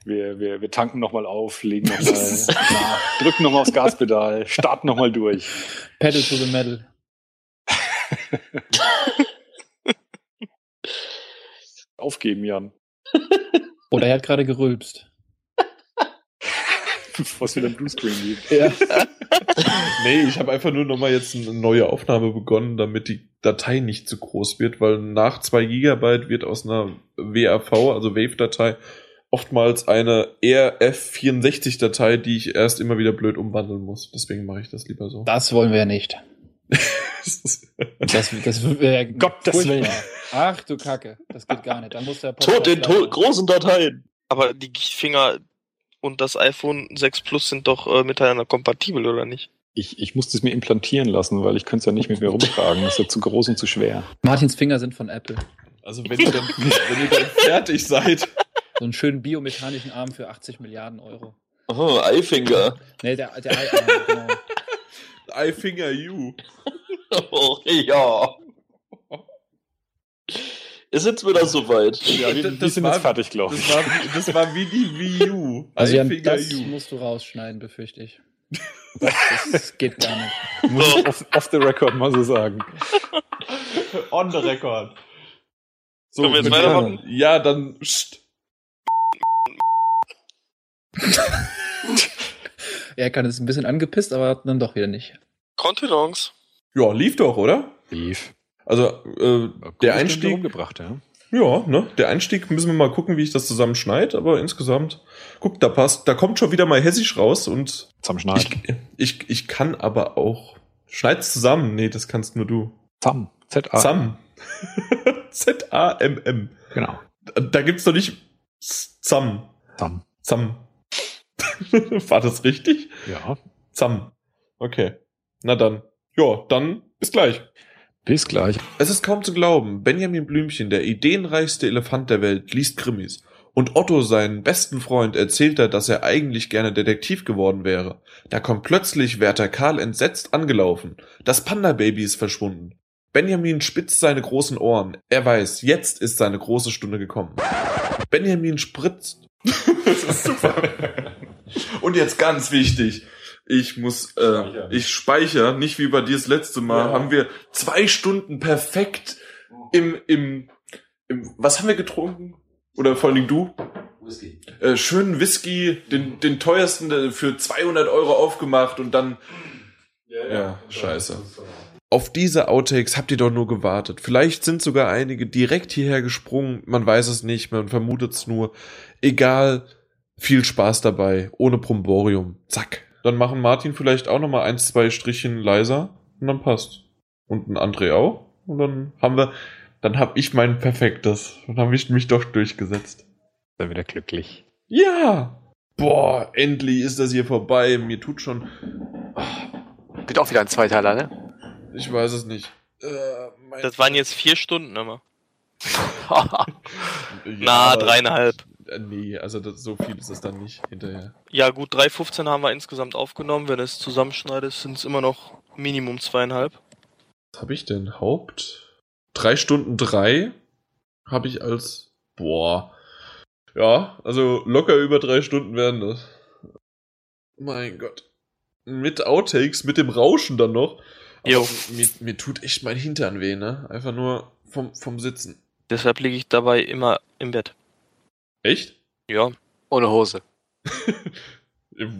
Wir, wir, wir tanken nochmal auf, legen nochmal, drücken nochmal aufs Gaspedal, starten nochmal durch. Pedal to the metal. Aufgeben, Jan. Oder er hat gerade gerülpst. Bevor es wieder ein Bluescreen gibt. Ja. Nee, ich habe einfach nur nochmal jetzt eine neue Aufnahme begonnen, damit die Datei nicht zu groß wird, weil nach 2 Gigabyte wird aus einer WAV, also Wave-Datei, oftmals eine RF64-Datei, die ich erst immer wieder blöd umwandeln muss. Deswegen mache ich das lieber so. Das wollen wir ja nicht. Das, das wäre Gottes furchtbar. Willen. Ach du Kacke, das geht gar nicht. Dann muss der Podcast Tot in to leider- großen Dateien. Aber die Gichtfinger und das iPhone 6 Plus sind doch äh, miteinander kompatibel, oder nicht? Ich, ich musste es mir implantieren lassen, weil ich könnte es ja nicht mit mir rumtragen. Das ist ja zu groß und zu schwer. Martins Finger sind von Apple. Also wenn ihr dann, wenn ihr dann fertig seid. So einen schönen biomechanischen Arm für 80 Milliarden Euro. Oh, Eifinger. Nee, der, der Ei-Arm, genau. I finger you. Oh, ja. Ist jetzt wieder soweit. Ja, wir, wir sind jetzt fertig, glaube Das ich. war, das war wie die Wii U. Also I Jan, finger das you. musst du rausschneiden, befürchte ich. Das, das geht gar nicht. Muss ich off, off the record mal so sagen. On the record. So, Können wir jetzt weitermachen? Ja, dann. Psst. Er kann es ein bisschen angepisst, aber dann doch wieder nicht. Kontenance. Ja, lief doch, oder? Lief. Also, äh, der Einstieg. Umgebracht, ja. Ja, ne? Der Einstieg müssen wir mal gucken, wie ich das zusammenschneide, aber insgesamt, guck, da passt, da kommt schon wieder mal hessisch raus und. Zusammenschneiden. Ich, ich, ich kann aber auch. Schneid's zusammen. Nee, das kannst nur du. Zam. Z-A. Zam. Z-A-M-M. Genau. Da- Da gibt's doch nicht Zam. Zam. Zam. War das richtig? Ja. Zam. Okay. Na dann. Ja, dann bis gleich. Bis gleich. Es ist kaum zu glauben, Benjamin Blümchen, der ideenreichste Elefant der Welt, liest Krimis. Und Otto, seinen besten Freund, erzählt er, dass er eigentlich gerne Detektiv geworden wäre. Da kommt plötzlich Werther Karl entsetzt angelaufen. Das Panda-Baby ist verschwunden. Benjamin spitzt seine großen Ohren. Er weiß, jetzt ist seine große Stunde gekommen. Benjamin spritzt. das ist super. Und jetzt ganz wichtig. Ich muss, äh, ich speichere, nicht wie bei dir das letzte Mal, haben wir zwei Stunden perfekt im, im, im, was haben wir getrunken? Oder vor allen Dingen du? Whisky. Äh, schönen Whisky, den, den teuersten äh, für 200 Euro aufgemacht und dann, ja, scheiße. Auf diese Outtakes habt ihr doch nur gewartet. Vielleicht sind sogar einige direkt hierher gesprungen. Man weiß es nicht, man vermutet es nur. Egal, viel Spaß dabei. Ohne Promborium. Zack. Dann machen Martin vielleicht auch nochmal ein, zwei Strichchen leiser und dann passt. Und ein André auch. Und dann haben wir, dann hab ich mein perfektes. Und dann habe ich mich doch durchgesetzt. Dann wieder glücklich. Ja! Boah, endlich ist das hier vorbei. Mir tut schon. Wird auch wieder ein Zweiteiler, ne? Ich weiß es nicht. Das waren jetzt vier Stunden immer. Na, dreieinhalb. Äh, Nee, also das, so viel ist es dann nicht hinterher. Ja gut, 3,15 haben wir insgesamt aufgenommen. Wenn du es zusammenschneidest, sind es immer noch Minimum zweieinhalb. Was habe ich denn? Haupt? Drei Stunden drei habe ich als. Boah. Ja, also locker über drei Stunden werden das. Mein Gott. Mit Outtakes, mit dem Rauschen dann noch. Aber Jo. Mir, mir tut echt mein Hintern weh, ne? Einfach nur vom, vom Sitzen. Deshalb liege ich dabei immer im Bett. Echt? Ja. Ohne Hose.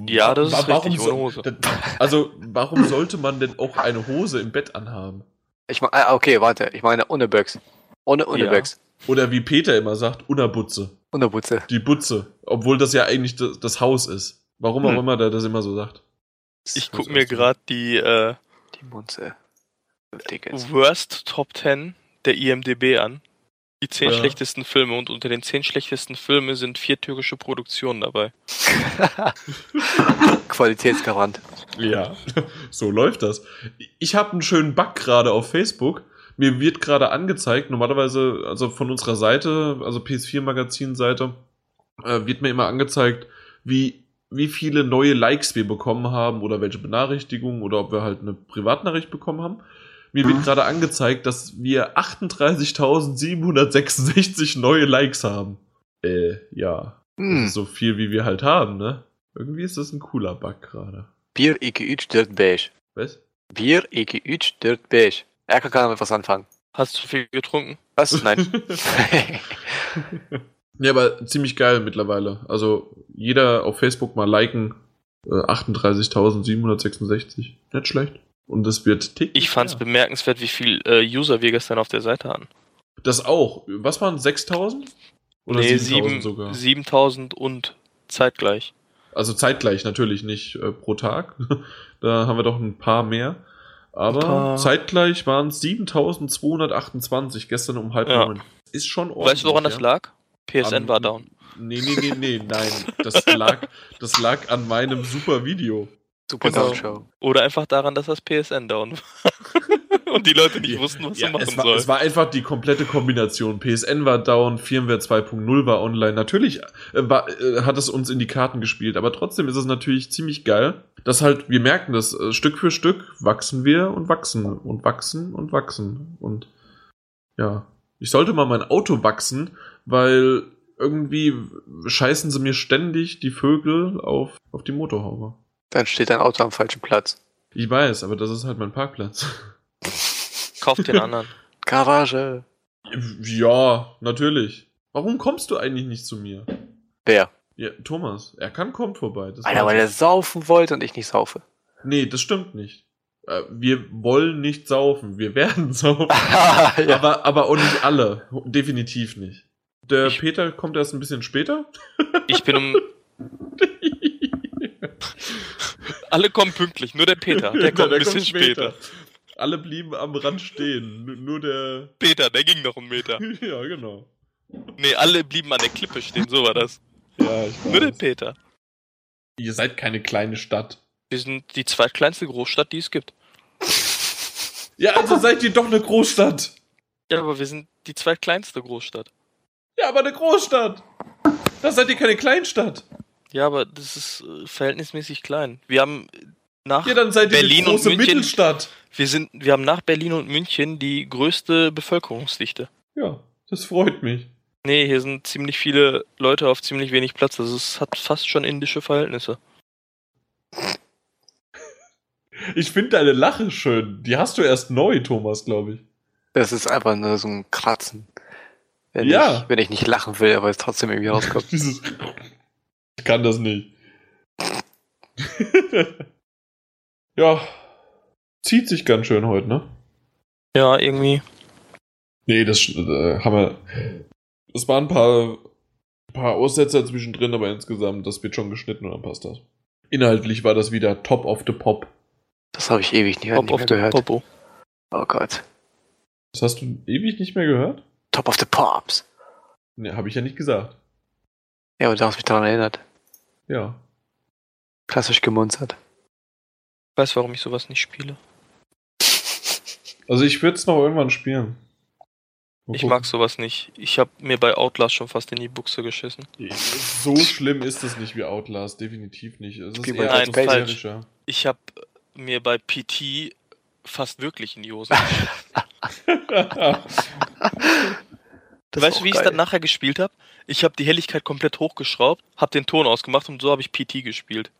Ja, das ist Wa- richtig, so- ohne Hose. da- Also, warum sollte man denn auch eine Hose im Bett anhaben? Ich meine, ah, okay, warte, ich meine ohne Böcks. Ohne ohne Böcks. Oder wie Peter immer sagt, Unerbutze. Unerbutze. Die Butze. Obwohl das ja eigentlich das, das Haus ist. Warum auch Hm. immer der das immer so sagt. Ich guck mir gerade die, äh, die Munze. Worst Top 10 der IMDB an. Die zehn Ja. schlechtesten Filme und unter den zehn schlechtesten Filme sind vier türkische Produktionen dabei. Qualitätsgarant. Ja, so läuft das. Ich habe einen schönen Bug gerade auf Facebook. Mir wird gerade angezeigt, normalerweise, also von unserer Seite, also PS4-Magazin-Seite, äh, wird mir immer angezeigt, wie, wie viele neue Likes wir bekommen haben oder welche Benachrichtigungen oder ob wir halt eine Privatnachricht bekommen haben. Mir wird gerade angezeigt, dass wir 38.766 neue Likes haben. Äh, ja. Hm. Das ist so viel, wie wir halt haben, ne? Irgendwie ist das ein cooler Bug gerade. Bier ikke üt stört beige. Was? Bier ikke üt stört beige. Er kann damit was anfangen. Hast du viel getrunken? Was? Nein. Ja, aber ziemlich geil mittlerweile. Also jeder auf Facebook mal liken. Äh, 38.766. Nicht schlecht. Und das wird tick. Ich fand's bemerkenswert, wie viel äh, User wir gestern auf der Seite hatten. Das auch. Was waren 6.000? Oder 7.000 sogar. 7000 und zeitgleich. Also zeitgleich natürlich nicht äh, pro Tag. da haben wir doch ein paar mehr. Aber Ein paar. zeitgleich waren es 7.228 gestern um halb Ja. neun. Ist schon ordentlich. Weißt du, woran ja? das lag? PSN Am- war down. Nee, nee, nee, nee, nein. Das lag, das lag an meinem super Video. Super Genau. Show. Oder einfach daran, dass das PSN down war. Und die Leute nicht wussten, was sie machen es war, sollen. es war einfach die komplette Kombination. PSN war down, Firmware 2.0 war online. Natürlich äh, war, äh, hat es uns in die Karten gespielt, aber trotzdem ist es natürlich ziemlich geil, dass halt, wir merken das, äh, Stück für Stück wachsen wir und wachsen und wachsen und wachsen. Und ja, ich sollte mal mein Auto wachsen, weil irgendwie scheißen sie mir ständig die Vögel auf, auf die Motorhaube. Dann steht dein Auto am falschen Platz. Ich weiß, aber das ist halt mein Parkplatz. Kauf den anderen. Garage. Ja, natürlich. Warum kommst du eigentlich nicht zu mir? Wer? Ja, Thomas, er kann kommt vorbei. Das Alter, weiß weil er ich. saufen wollte und ich nicht saufe. Nee, das stimmt nicht. Äh, Wir wollen nicht saufen, wir werden saufen. aber, aber auch nicht alle. Definitiv nicht. Der Peter kommt erst ein bisschen später. Ich bin um. Alle kommen pünktlich, nur der Peter. Der kommt ein bisschen später. Alle blieben am Rand stehen. N- Nur der. Peter, der ging noch einen Meter. Ja, genau. Nee, alle blieben an der Klippe stehen, so war das. Ja, ich Nur der Peter. Ihr seid keine kleine Stadt. Wir sind die zweitkleinste Großstadt, die es gibt. Ja, also seid ihr doch eine Großstadt. Ja, aber wir sind die zweitkleinste Großstadt. Ja, aber eine Großstadt. Da seid ihr keine Kleinstadt. Ja, aber das ist äh, verhältnismäßig klein. Wir haben nach Ja, dann seid ihr eine Berlin große und München, Mittelstadt. Wir sind, wir haben nach Berlin und München die größte Bevölkerungsdichte. Ja, das freut mich. Nee, hier sind ziemlich viele Leute auf ziemlich wenig Platz. Also es hat fast schon indische Verhältnisse. Ich finde deine Lache schön. Die hast du erst neu, Thomas, glaube ich. Das ist einfach nur so ein Kratzen. Wenn, Ja. ich, wenn ich nicht lachen will, aber es trotzdem irgendwie rauskommt. Dieses Ich kann das nicht. ja. Zieht sich ganz schön heute, ne? Ja, irgendwie. Nee, das äh, haben wir. Es waren ein paar, paar Aussetzer zwischendrin, aber insgesamt, das wird schon geschnitten und dann passt das. Inhaltlich war das wieder Top of the Pop. Das habe ich ewig nicht, Top nicht of mehr the gehört. Popo. Oh Gott. Das hast du ewig nicht mehr gehört? Top of the Pops. Ne, habe ich ja nicht gesagt. Ja, aber du hast mich daran erinnert. Ja. Klassisch gemunzert. Ich weiß, warum ich sowas nicht spiele. Also ich würde es noch irgendwann spielen. Mal Ich gucken. mag sowas nicht. Ich habe mir bei Outlast schon fast in die Buchse geschissen. So schlimm ist es nicht wie Outlast, definitiv nicht. Es ist Wie bei eher Nein, falsch. atmosphärischer. Ich habe mir bei PT fast wirklich in die Hose geschissen. weißt du, wie ich es dann nachher gespielt habe? Ich habe die Helligkeit komplett hochgeschraubt, habe den Ton ausgemacht und so habe ich PT gespielt.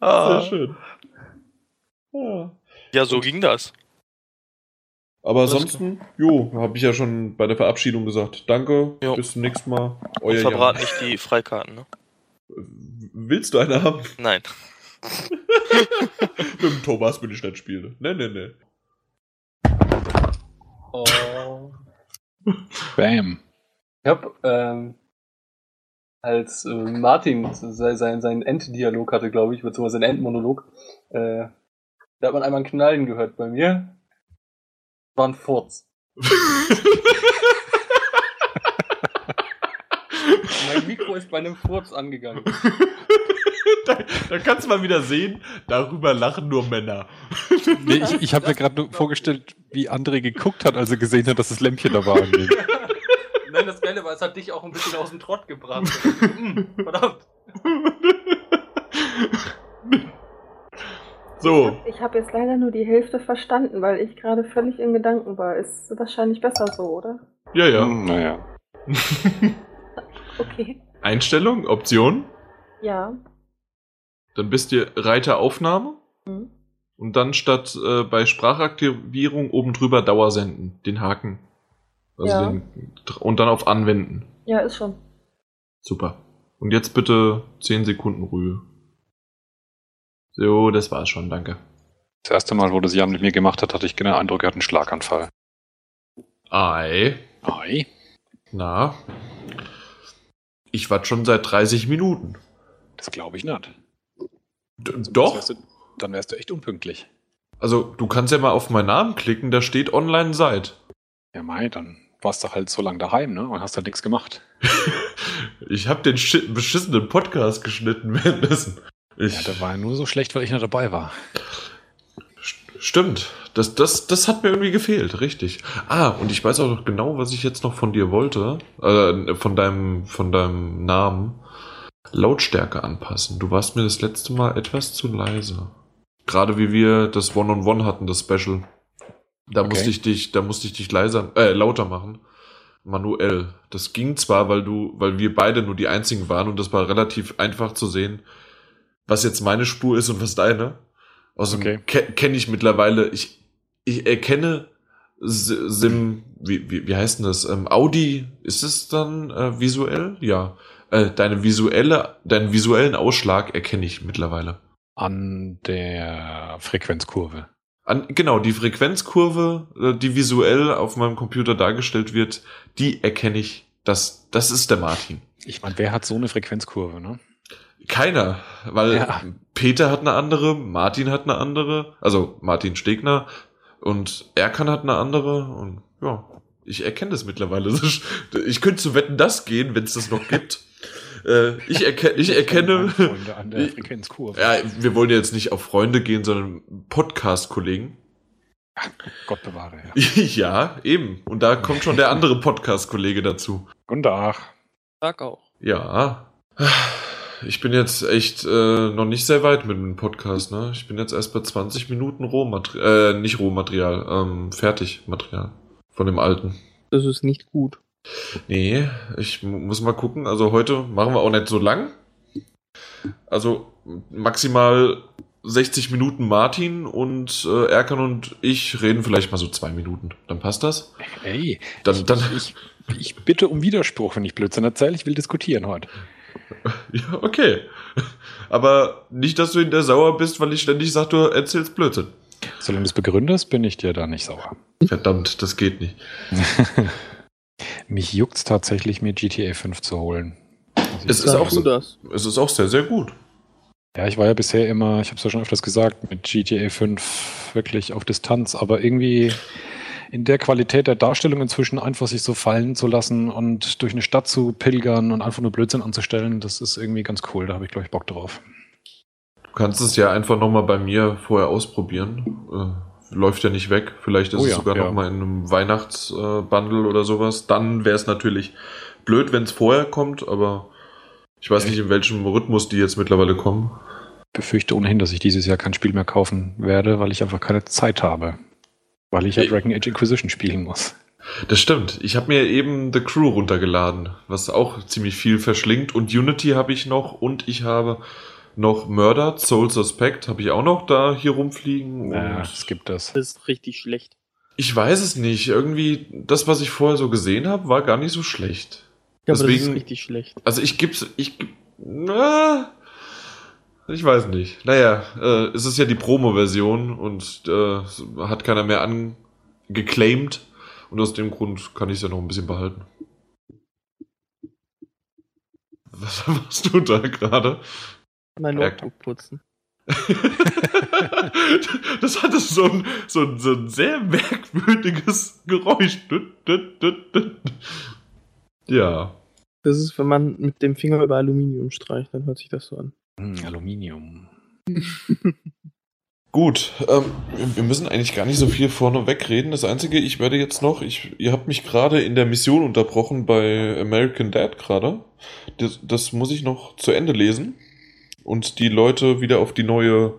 Sehr schön. Ah. Ja, so ging das. Aber Alles ansonsten, jo, habe ich ja schon bei der Verabschiedung gesagt. Danke, bis zum nächsten Mal. Und Euer Jan. verbraten nicht die Freikarten, ne? Willst du eine haben? Nein. Mit dem Thomas will ich nicht spielen. Ne, ne, ne. Oh. Bam. Ich hab, ähm, als äh, Martin se- sein, seinen Enddialog hatte, glaube ich, beziehungsweise seinen Endmonolog, äh, da hat man einmal ein Knallen gehört bei mir. War ein Furz. mein Mikro ist bei einem Furz angegangen. Da kannst du mal wieder sehen, darüber lachen nur Männer. Nee, ich ich habe mir gerade nur vorgestellt, wie André geguckt hat, als er gesehen hat, dass das Lämpchen da war. angeht. Nein, das Geile war, es hat dich auch ein bisschen aus dem Trott gebracht. Hm, Verdammt. Oh. So, Ich habe jetzt leider nur die Hälfte verstanden, weil ich gerade völlig in Gedanken war. Ist wahrscheinlich besser so, oder? ja, ja. Hm. Naja. Okay. Einstellung, Option, Ja. dann bist du Reiter Aufnahme Mhm. und dann statt äh, bei Sprachaktivierung oben drüber Dauer senden, den Haken. Also Ja. den, und dann auf Anwenden. Ja, ist schon. Super. Und jetzt bitte 10 Sekunden Ruhe. So, das war's schon, danke. Das erste Mal, wo das Jan mit mir gemacht hat, hatte ich genau den Eindruck, er hat einen Schlaganfall. Ei. Ei. Na. Ich warte schon seit 30 Minuten. Das glaube ich nicht. D Sonst doch. Also, wärst du- Dann wärst du echt unpünktlich. Also, du kannst ja mal auf meinen Namen klicken, da steht online seit. Ja, Mai, dann warst du halt so lange daheim, ne? Und hast halt nichts gemacht. Ich habe den schi- beschissenen Podcast geschnitten währenddessen. Ich, Ja, der war ja nur so schlecht, weil ich nicht dabei war. Stimmt. Das, das, das hat mir irgendwie gefehlt, richtig. Ah, und ich weiß auch noch genau, was ich jetzt noch von dir wollte. Äh, von deinem, von deinem Namen. Lautstärke anpassen. Du warst mir das letzte Mal etwas zu leise. Gerade wie wir das One-on-One hatten, das Special. Da Okay. musste ich dich, da musste ich dich leiser, äh, lauter machen. Manuell. Das ging zwar, weil du, weil wir beide nur die einzigen waren und das war relativ einfach zu sehen, was jetzt meine Spur ist und was deine. Außerdem ke- kenne ich mittlerweile, ich, ich erkenne S- Sim, wie, wie, wie heißt denn das? Ähm, Audi, ist es dann äh, visuell? Ja. Äh, deine visuelle, deinen visuellen Ausschlag erkenne ich mittlerweile. An der Frequenzkurve. An, genau, die Frequenzkurve, äh, die visuell auf meinem Computer dargestellt wird, die erkenne ich. Das, das ist der Martin. Ich meine, wer hat so eine Frequenzkurve, ne? Keiner, weil Ja. Peter hat eine andere, Martin hat eine andere, also Martin Stegner und Erkan hat eine andere und ja, ich erkenne das mittlerweile. Das ist- Ich könnte zu wetten, das gehen, wenn es das noch gibt. Äh, ich, erke ich erkenne. Freunde an der Frequenzkurve. Ja, wir wollen ja jetzt nicht auf Freunde gehen, sondern Podcast-Kollegen. Gott bewahre, ja. Ja, eben. Und da kommt schon der andere Podcast-Kollege dazu. Guten Tag. Sag auch. Ja. Ich bin jetzt echt äh, noch nicht sehr weit mit dem Podcast, ne? Ich bin jetzt erst bei 20 Minuten Rohmaterial, äh, nicht Rohmaterial, ähm, Fertigmaterial von dem alten. Das ist nicht gut. Nee, ich mu- muss mal gucken. Also heute machen wir auch nicht so lang. Also maximal 60 Minuten Martin und äh, Erkan und ich reden vielleicht mal so zwei Minuten. Dann passt das. Ey, Dann, dann, ich, ich bitte um Widerspruch, wenn ich Blödsinn erzähle. Ich will diskutieren heute. Ja, okay. Aber nicht, dass du in der sauer bist, weil ich ständig sage, du erzählst Blödsinn. Solange du es begründest, bin ich dir da nicht sauer. Verdammt, das geht nicht. Mich juckt's tatsächlich, mir GTA 5 zu holen. Es ist, auch, es ist auch sehr, sehr gut. Ja, ich war ja bisher immer, ich habe es ja schon öfters gesagt, mit GTA 5 wirklich auf Distanz, aber irgendwie in der Qualität der Darstellung inzwischen einfach sich so fallen zu lassen und durch eine Stadt zu pilgern und einfach nur Blödsinn anzustellen, das ist irgendwie ganz cool. Da habe ich, glaube ich, Bock drauf. Du kannst es ja einfach nochmal bei mir vorher ausprobieren. Äh, läuft ja nicht weg. Vielleicht ist Oh es ja, sogar ja. noch nochmal in einem Weihnachtsbundle äh, Bundle oder sowas. Dann wäre es natürlich blöd, wenn es vorher kommt, aber ich weiß nicht, in welchem Rhythmus die jetzt mittlerweile kommen. Befürchte ohnehin, dass ich dieses Jahr kein Spiel mehr kaufen werde, weil ich einfach keine Zeit habe. Weil ich ja Dragon Age Inquisition spielen muss. Das stimmt. Ich habe mir eben The Crew runtergeladen, was auch ziemlich viel verschlingt. Und Unity habe ich noch und ich habe noch Murder, Soul Suspect habe ich auch noch da hier rumfliegen. und Ja, Äh, es gibt das. Das ist richtig schlecht. Ich weiß es nicht. Irgendwie, das, was ich vorher so gesehen habe, war gar nicht so schlecht. Ja, aber das Deswegen, ist richtig schlecht. also ich gib's, ich gib, na, ich weiß nicht. Naja, äh, es ist ja die Promo-Version und äh, hat keiner mehr angeclaimed. Und aus dem Grund kann ich es ja noch ein bisschen behalten. Was machst du da gerade? Mein Ja. Notebook putzen. Das hatte so ein, so ein, so ein sehr merkwürdiges Geräusch. Düt, düt, düt, düt. Ja. Das ist, wenn man mit dem Finger über Aluminium streicht, dann hört sich das so an. Hm, Aluminium. Gut, ähm, wir- wir müssen eigentlich gar nicht so viel vorne wegreden. Das Einzige, ich werde jetzt noch, ich, ihr habt mich gerade in der Mission unterbrochen bei American Dad gerade. Das, das muss ich noch zu Ende lesen und die Leute wieder auf die neue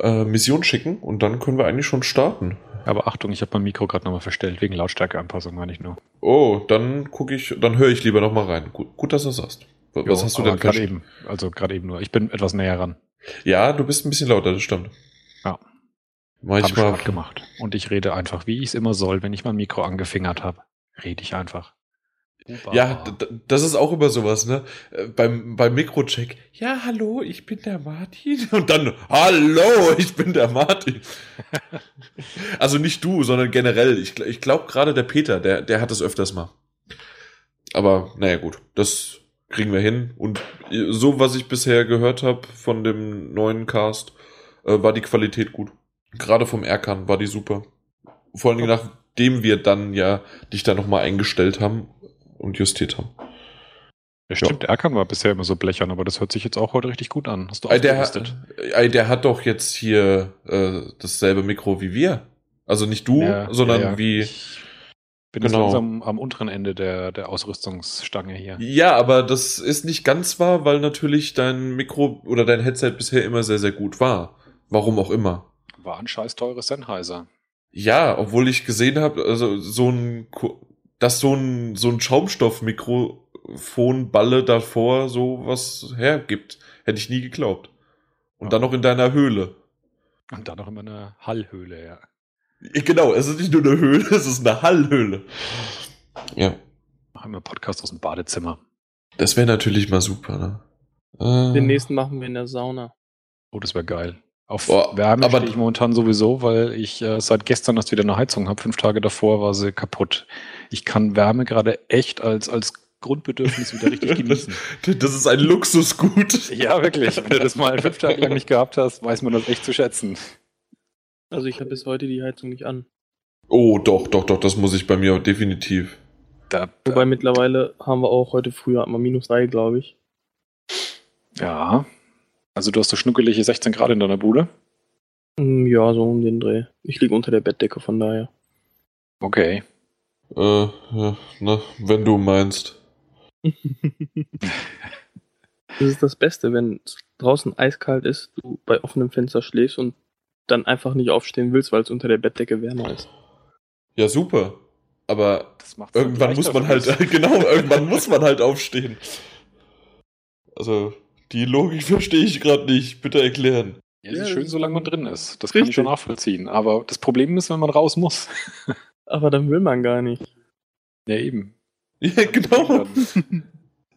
äh, Mission schicken und dann können wir eigentlich schon starten. Aber Achtung, ich habe mein Mikro gerade nochmal verstellt, wegen Lautstärkeanpassung, meine ich nur. Oh, dann gucke ich, dann höre ich lieber nochmal rein. Gut, gut dass du das sagst. Was Jo, hast du aber denn gerade versch- eben? Also gerade eben nur. Ich bin etwas näher ran. Ja, du bist ein bisschen lauter, das stimmt. Ja. Mach Hab ich mal. Sport gemacht. Und ich rede einfach, wie ich es immer soll, wenn ich mein Mikro angefingert habe. Rede ich einfach. Ja, d- d- das ist auch immer sowas, ne? Äh, Beim, beim Mikrocheck. Ja, hallo, ich bin der Martin. Und dann, hallo, ich bin der Martin. Also nicht du, sondern generell. Ich, gl- ich glaube gerade der Peter, der, der hat es öfters mal. Aber naja, gut, das kriegen wir hin. Und äh, so, was ich bisher gehört habe von dem neuen Cast, äh, war die Qualität gut. Gerade vom Erkan war die super. Vor allen Dingen nachdem wir dann ja dich da nochmal eingestellt haben und justiert haben. Ja, stimmt, Erkan war bisher immer so blechern, aber das hört sich jetzt auch heute richtig gut an. Hast du Ey, Äh, der, ausgerüstet? ey, der hat doch jetzt hier äh, dasselbe Mikro wie wir. Also nicht du, Ja, sondern ja, ja. wie. Bin genau. jetzt langsam am unteren Ende der, der Ausrüstungsstange hier. Ja, aber das ist nicht ganz wahr, weil natürlich dein Mikro oder dein Headset bisher immer sehr, sehr gut war. Warum auch immer. War ein scheiß teures Sennheiser. Ja, obwohl ich gesehen habe, also so ein, Ko- dass so ein, so ein Schaumstoffmikrofonballe davor so was hergibt. Hätte ich nie geglaubt. Und dann noch in deiner Höhle. Und dann noch immer eine Hallhöhle, ja. Genau, es ist nicht nur eine Höhle, es ist eine Hallhöhle. Ja. Machen wir einen Podcast aus dem Badezimmer. Das wäre natürlich mal super, ne? Äh, Den nächsten machen wir in der Sauna. Oh, das wäre geil. Auf Boah, Wärme aber- aber ich momentan sowieso, weil ich äh, seit gestern erst wieder eine Heizung habe. Fünf Tage davor war sie kaputt. Ich kann Wärme gerade echt als, als Grundbedürfnis wieder richtig genießen. Das ist ein Luxusgut. ja, wirklich. Wenn du das mal fünf Tage lang nicht gehabt hast, weiß man das echt zu schätzen. Also ich habe bis heute die Heizung nicht an. Oh, doch, doch, doch, das muss ich bei mir definitiv. Da, Wobei mittlerweile haben wir auch heute früher mal minus 3, glaube ich. ja. Also du hast so schnuckelige 16 Grad in deiner Bude. Hm, Ja, so um den Dreh. Ich liege unter der Bettdecke, von daher. Okay. Äh, ja, ne, wenn du meinst. Das ist das Beste, wenn es draußen eiskalt ist, du bei offenem Fenster schläfst und dann einfach nicht aufstehen willst, weil es unter der Bettdecke wärmer ist. Ja, super. Aber macht's irgendwann halt muss man halt, leichter für mich. genau, irgendwann muss man halt aufstehen. Also, die Logik verstehe ich gerade nicht. Bitte erklären. Ja, es ist schön, solange man drin ist. Das kann ich schon nachvollziehen. Aber das Problem ist, wenn man raus muss. Aber dann will man gar nicht. Ja, eben. Ja, genau.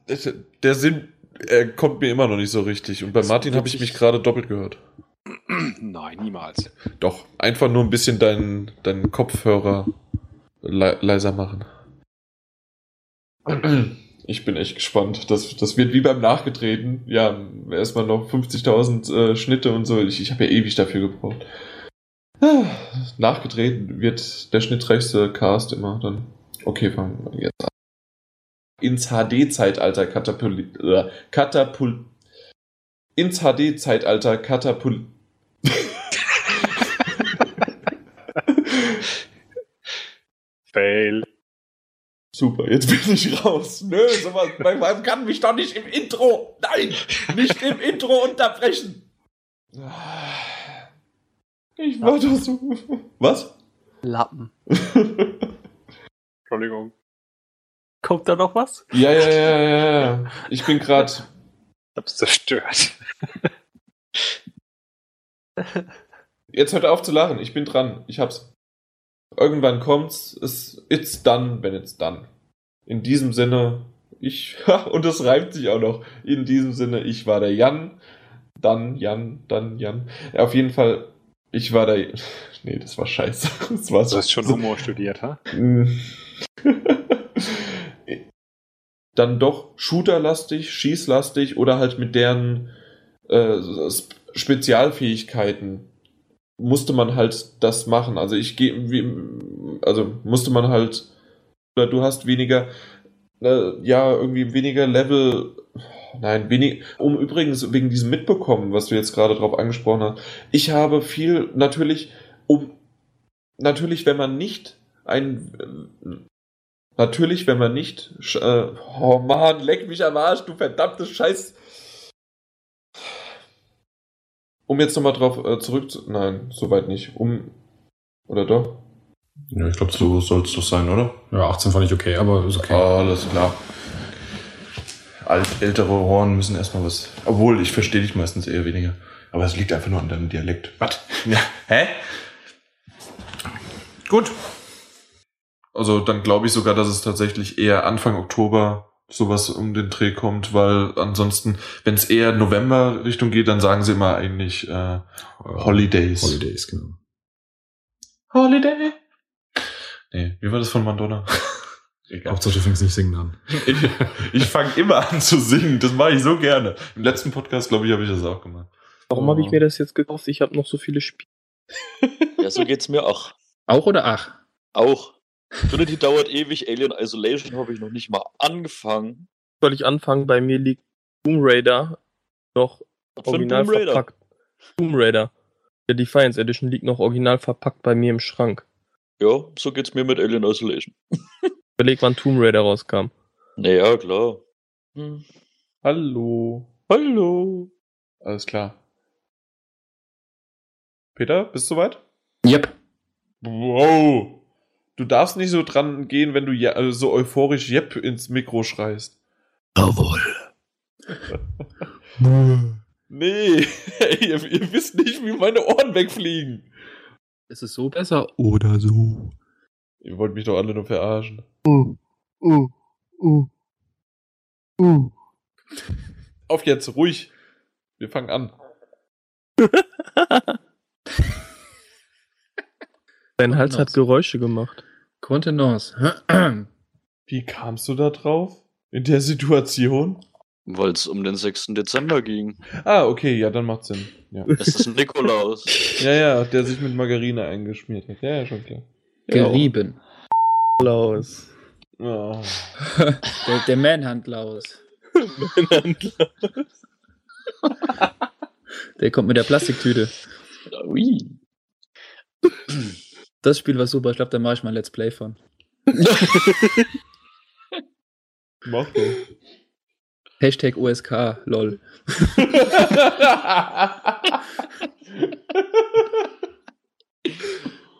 Der, der Sinn er kommt mir immer noch nicht so richtig. Und bei Martin habe ich mich gerade doppelt gehört. Nein, niemals. Doch, einfach nur ein bisschen deinen, deinen Kopfhörer le leiser machen. Ich bin echt gespannt. Das, das wird wie beim Nachgetreten. Ja, erstmal noch 50.000 äh, Schnitte und so. Ich, ich habe ja ewig dafür gebraucht. Ah, Nachgetreten wird der schnittreichste Cast immer dann. Okay, fangen wir jetzt an. Ins HD-Zeitalter katapult. Äh, katapult. Ins HD-Zeitalter katapult. Fail. Super, jetzt bin ich raus. Nö, sowas, mein Mann kann mich doch nicht im Intro. Nein, nicht im Intro unterbrechen. Ich war doch so. Was? Lappen. Entschuldigung. Kommt da noch was? Ja, ja, ja, ja, ja. Ich bin gerade. Hab's zerstört. Jetzt hört auf zu lachen. Ich bin dran. Ich hab's. Irgendwann kommt's. Es, it's done, wenn it's done. In diesem Sinne, ich. Und es reimt sich auch noch. In diesem Sinne, ich war der Jan. Dann Jan, dann Jan. Ja, auf jeden Fall, ich war der. Nee, das war scheiße. Das war Du Also hast schon Humor studiert, ha? Mm. dann doch shooterlastig, schießlastig oder halt mit deren äh, Sp- Spezialfähigkeiten musste man halt das machen. Also ich gehe, wie- also musste man halt, oder du hast weniger, äh, ja, irgendwie weniger Level, nein, wenig, um übrigens wegen diesem Mitbekommen, was du jetzt gerade drauf angesprochen hast, ich habe viel, natürlich, um, natürlich, wenn man nicht ein, äh, natürlich, wenn man nicht, sch- äh, oh Mann, leck mich am Arsch, du verdammtes Scheiß, um jetzt nochmal drauf äh, zurück zu. Nein, soweit nicht. Um. Oder doch? Ja, ich glaube, so soll es doch sein, oder? Ja, 18 fand ich okay, aber ist okay. Alles klar. Alt, ältere Ohren müssen erstmal was. Obwohl, ich verstehe dich meistens eher weniger. Aber es liegt einfach nur an deinem Dialekt. Was? Ja. Hä? Gut. Also dann glaube ich sogar, dass es tatsächlich eher Anfang Oktober sowas um den Dreh kommt, weil ansonsten, wenn es eher November Richtung geht, dann sagen sie immer eigentlich äh, Holidays. Holidays, genau. Holiday. Nee, wie war das von Madonna? Egal. Hauptsache, du fängst nicht singen an. Ich, ich fange immer an zu singen. Das mache ich so gerne. Im letzten Podcast, glaube ich, habe ich das auch gemacht. Warum habe ich Oh. mir das jetzt gekauft? Ich habe noch so viele Spiele. Ja, so geht's mir auch. Auch oder ach? Auch. Trinity dauert ewig, Alien Isolation habe ich noch nicht mal angefangen. Soll ich anfangen? Bei mir liegt Tomb Raider noch Was für ein original Tomb Raider? verpackt. Tomb Raider. Der Defiance Edition liegt noch original verpackt bei mir im Schrank. Ja, so geht's mir mit Alien Isolation. Überleg, wann Tomb Raider rauskam. Naja, klar. Hallo. Hallo. Alles klar. Peter, bist du soweit? Yep. Wow. Du darfst nicht so dran gehen, wenn du ja, äh, so euphorisch Jepp ins Mikro schreist. Jawohl. nee, Ey, ihr, ihr wisst nicht, wie meine Ohren wegfliegen. Ist es so besser Oh. oder so? Ihr wollt mich doch alle nur verarschen. Uh, uh, uh, uh. Auf jetzt, ruhig. Wir fangen an. Dein Hals hat genau. Geräusche gemacht. Contenance. Wie kamst du da drauf? In der Situation? Weil es um den 6. Dezember ging. Ah, okay, ja, dann macht Sinn. Ja. Es ist Nikolaus. ja, ja, der sich mit Margarine eingeschmiert hat. Ja, ja, schon klar. Ja. Gerieben. Laus. Oh. Der, der Manhunt Laus. Der kommt mit der Plastiktüte. Ui. Das Spiel war super, ich glaube, da mache ich mal ein Let's Play von. Mach doch. Hashtag OSK, lol.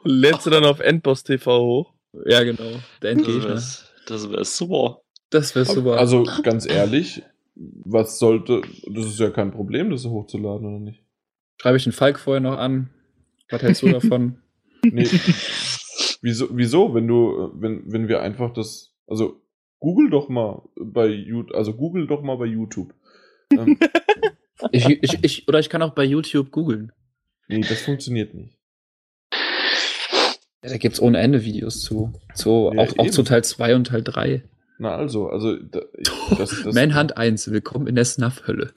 Lädst du dann auf Endboss TV hoch? Ja, genau. Der Das Endgegner. wär's, das wär's super. Das wäre super. Also, ganz ehrlich, was sollte. Das ist ja kein Problem, das hochzuladen, oder nicht? Schreibe ich den Falk vorher noch an. Was hältst du davon? Nee. wieso, wieso, wenn du, wenn, wenn wir einfach das, also google doch mal bei YouTube, also google doch mal bei YouTube. Ähm, Ich, ich, ich, oder ich kann auch bei YouTube googeln. nee, das funktioniert nicht. Ja, da gibt es ohne Ende Videos zu. zu Ja, auch, auch eben. zu Teil 2 und Teil 3. Na also, also da, ich- das, das, Manhunt 1, willkommen in der Snuff-Hölle.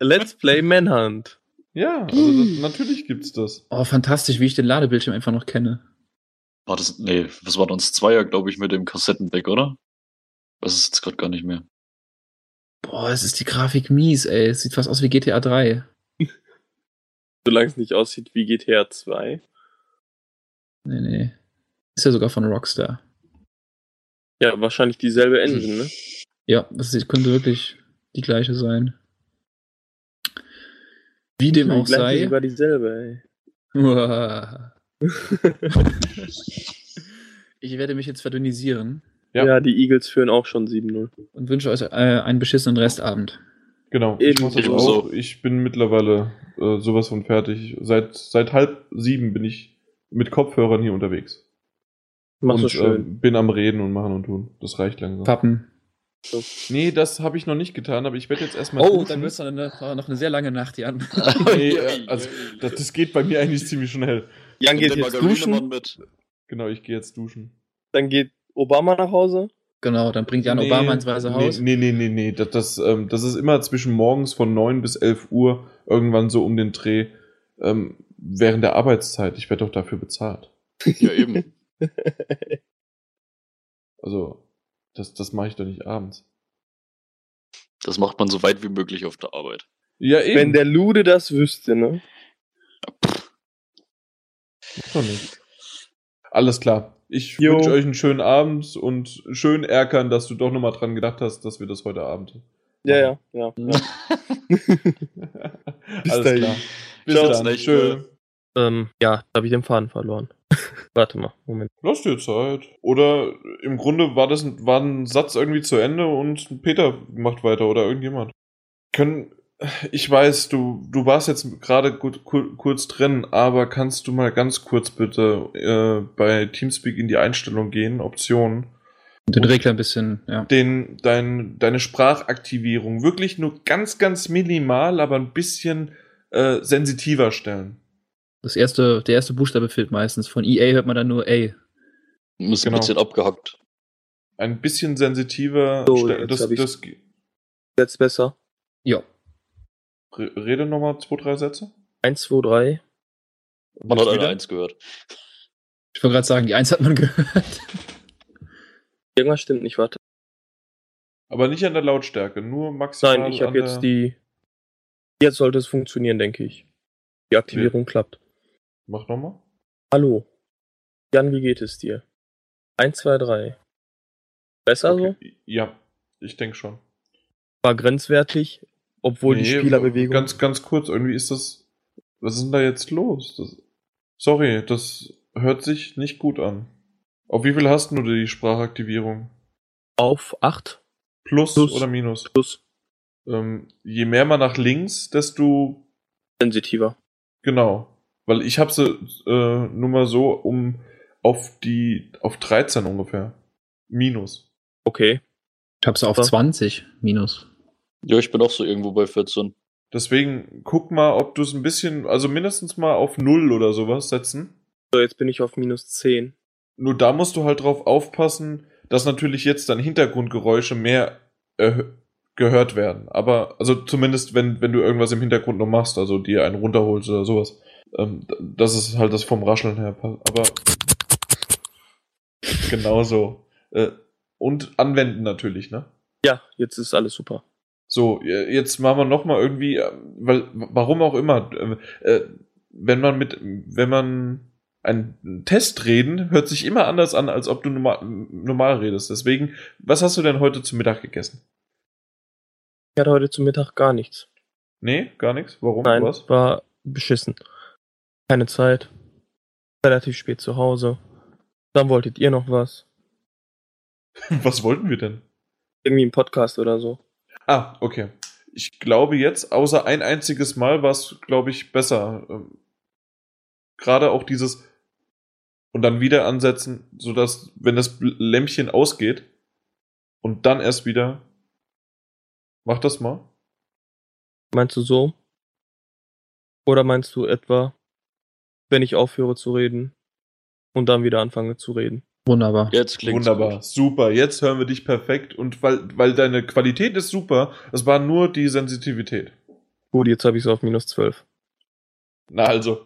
Let's Play Manhunt. ja, also das, natürlich gibt's das. Oh, fantastisch, wie ich den Ladebildschirm einfach noch kenne. War das, nee, was war uns Zweier, glaube ich, mit dem Kassettendeck, oder? Das ist jetzt gerade gar nicht mehr. Boah, es ist die Grafik mies, ey. Es sieht fast aus wie GTA 3. Solange es nicht aussieht wie GTA 2. Nee, nee. Ist ja sogar von Rockstar. Ja, wahrscheinlich dieselbe Engine, ne? Ja, das ist- könnte wirklich die gleiche sein. Wie dem auch Vielleicht sei. sogar dieselbe, Uah. ich werde mich jetzt verdünnisieren ey. Ja, die Eagles führen auch schon 7-0. und wünsche euch äh, einen beschissenen Restabend. Genau, ich Eben, mach das eben auch. so. Ich bin mittlerweile äh, sowas von fertig. Seit, seit halb sieben bin ich mit Kopfhörern hier unterwegs. Mach's so und äh, schön. bin am Reden und machen und tun. Das reicht langsam. Pappen. Nee, das habe ich noch nicht getan, aber ich werde jetzt erstmal. Oh, duschen. dann wird's noch eine, noch eine sehr lange Nacht, Jan. Nee, äh, also das, das geht bei mir eigentlich ziemlich schnell. Jan Und geht der jetzt Margarine duschen, Mann mit. Genau, ich gehe jetzt duschen. dann geht Obama nach Hause. Genau, dann bringt Jan Nee, Obama ins Weiße nee, Haus. Nee, nee, nee, nee. Das, das, ähm, das ist immer zwischen morgens von 9 bis 11 Uhr, irgendwann so um den Dreh, ähm, während der Arbeitszeit. Ich werde doch dafür bezahlt. Ja, eben. Also, das, das mache ich doch nicht abends. Das macht man so weit wie möglich auf der Arbeit. Ja, eben. Wenn der Lude das wüsste, ne? Ist doch nicht. Alles klar. Ich Jo. wünsche euch einen schönen Abend und schön ärgern, dass du doch nochmal dran gedacht hast, dass wir das heute Abend. Ja, ja, ja. ja. Alles dahin. klar. Bis Ciao. dann. Nächste. Tschö. Ähm, ja, da habe ich den Faden verloren. Warte mal, Moment. Lass dir Zeit. Oder im Grunde war das ein- war ein Satz irgendwie zu Ende und Peter macht weiter oder irgendjemand. Können ich weiß, du du warst jetzt gerade gut, kur, kurz drin, aber kannst du mal ganz kurz bitte äh, bei Teamspeak in die Einstellung gehen, Optionen, Den Regler ein bisschen, ja. den dein deine Sprachaktivierung wirklich nur ganz ganz minimal, aber ein bisschen äh, sensitiver stellen. Das erste, der erste Buchstabe fehlt meistens. Von EA hört man dann nur A. Ist Genau. ein bisschen abgehackt. Ein bisschen sensitiver So, stellen. jetzt Das, hab ich- das, Jetzt besser. Ja. re- rede nochmal zwei, drei Sätze. 1, 2, 3. Man hat eine wieder? Eins gehört. Ich wollte gerade sagen, die Eins hat man gehört. Irgendwas stimmt nicht, warte. Aber nicht an der Lautstärke, nur maximal. Nein, ich habe an jetzt der... die. Jetzt sollte es funktionieren, denke ich. Die Aktivierung klappt. Mach nochmal. Hallo. Jan, wie geht es dir? 1, 2, 3. Besser so? Okay. Ja, ich denke schon. War grenzwertig, obwohl die Nee, Spielerbewegung. Ganz, ganz kurz, irgendwie ist das. Was ist denn da jetzt los? Das, sorry, das hört sich nicht gut an. Auf wie viel hast du die Sprachaktivierung? auf 8 Plus, Plus. oder Minus? plus Ähm, je mehr man nach links, desto. sensitiver. Genau. Weil ich habe sie äh, nur mal so um auf die auf 13 ungefähr. Minus. Okay. Ich hab's auf 20 minus. Ja, ich bin auch so irgendwo bei 14. Deswegen guck mal, ob du es ein bisschen, also mindestens mal auf 0 oder sowas setzen. So, jetzt bin ich auf minus 10. Nur da musst du halt drauf aufpassen, dass natürlich jetzt dann Hintergrundgeräusche mehr äh, gehört werden. Aber, also zumindest, wenn, wenn du irgendwas im Hintergrund noch machst, also dir einen runterholst oder sowas. Ähm, d- das ist halt das vom Rascheln her. Aber genauso. Äh, und anwenden natürlich, ne? Ja, jetzt ist alles super. So, äh, jetzt machen wir nochmal irgendwie, äh, weil, warum auch immer, äh, äh, wenn man mit, wenn man einen Test reden, hört sich immer anders an, als ob du normal, normal redest. Deswegen, was hast du denn heute zu Mittag gegessen? Ich hatte heute zu Mittag gar nichts. Nee, gar nichts? Warum? Nein, was? war beschissen. Keine Zeit. Relativ spät zu Hause. Dann wolltet ihr noch was. Was wollten wir denn? Irgendwie einen Podcast oder so. Ah, okay. Ich glaube jetzt, außer ein einziges Mal war es, glaube ich, besser. Ähm, Gerade auch dieses und dann wieder ansetzen, sodass, wenn das Bl- Lämpchen ausgeht und dann erst wieder. Mach das mal. Meinst du so? Oder meinst du etwa, wenn ich aufhöre zu reden und dann wieder anfange zu reden? Wunderbar. Jetzt Wunderbar, super. Jetzt hören wir dich perfekt und weil, weil deine Qualität ist super, es war nur die Sensitivität. Gut, jetzt habe ich es auf minus 12. Na also,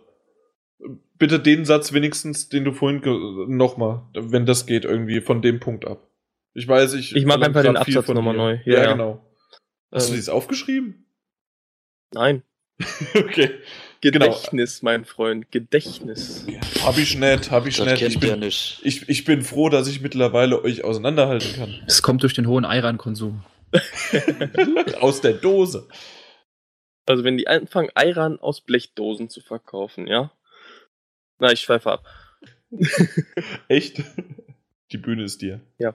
bitte den Satz wenigstens, den du vorhin ge- nochmal, wenn das geht, irgendwie von dem Punkt ab. Ich weiß, ich. Ich mach verlange einfach den grad viel Absatz von nochmal dir. neu. Ja, Ja, ja. genau. Hast du Ähm. dies aufgeschrieben? Nein. okay. Genau. Gedächtnis, mein Freund. Gedächtnis. Hab ich nicht, hab ich Das nicht. kennt Ich ihr bin, nicht. ich, ich bin froh, dass ich mittlerweile euch auseinanderhalten kann. Es kommt durch den hohen Eiran-Konsum. Aus der Dose. Also wenn die anfangen, Eiran aus Blechdosen zu verkaufen, ja? Na, ich schweife ab. Echt? Die Bühne ist dir. Ja.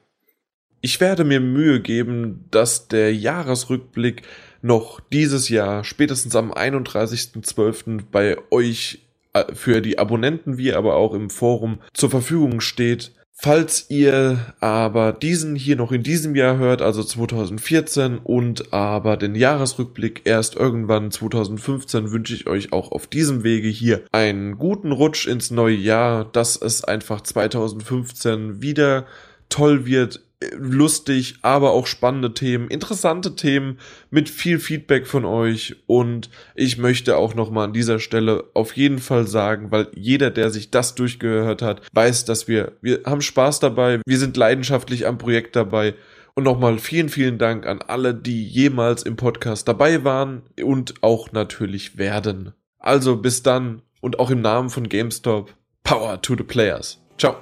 Ich werde mir Mühe geben, dass der Jahresrückblick noch dieses Jahr, spätestens am 31.12. bei euch äh, für die Abonnenten wie aber auch im Forum zur Verfügung steht. Falls ihr aber diesen hier noch in diesem Jahr hört, also 2014 und aber den Jahresrückblick erst irgendwann 2015, wünsche ich euch auch auf diesem Wege hier einen guten Rutsch ins neue Jahr, dass es einfach 2015 wieder toll wird, äh, lustig, aber auch spannende Themen, interessante Themen mit viel Feedback von euch und ich möchte auch nochmal an dieser Stelle auf jeden Fall sagen, weil jeder, der sich das durchgehört hat, weiß, dass wir, wir haben Spaß dabei, wir sind leidenschaftlich am Projekt dabei und nochmal vielen, vielen Dank an alle, die jemals im Podcast dabei waren und auch natürlich werden. Also bis dann und auch im Namen von GameStop, Power to the Players. Ciao.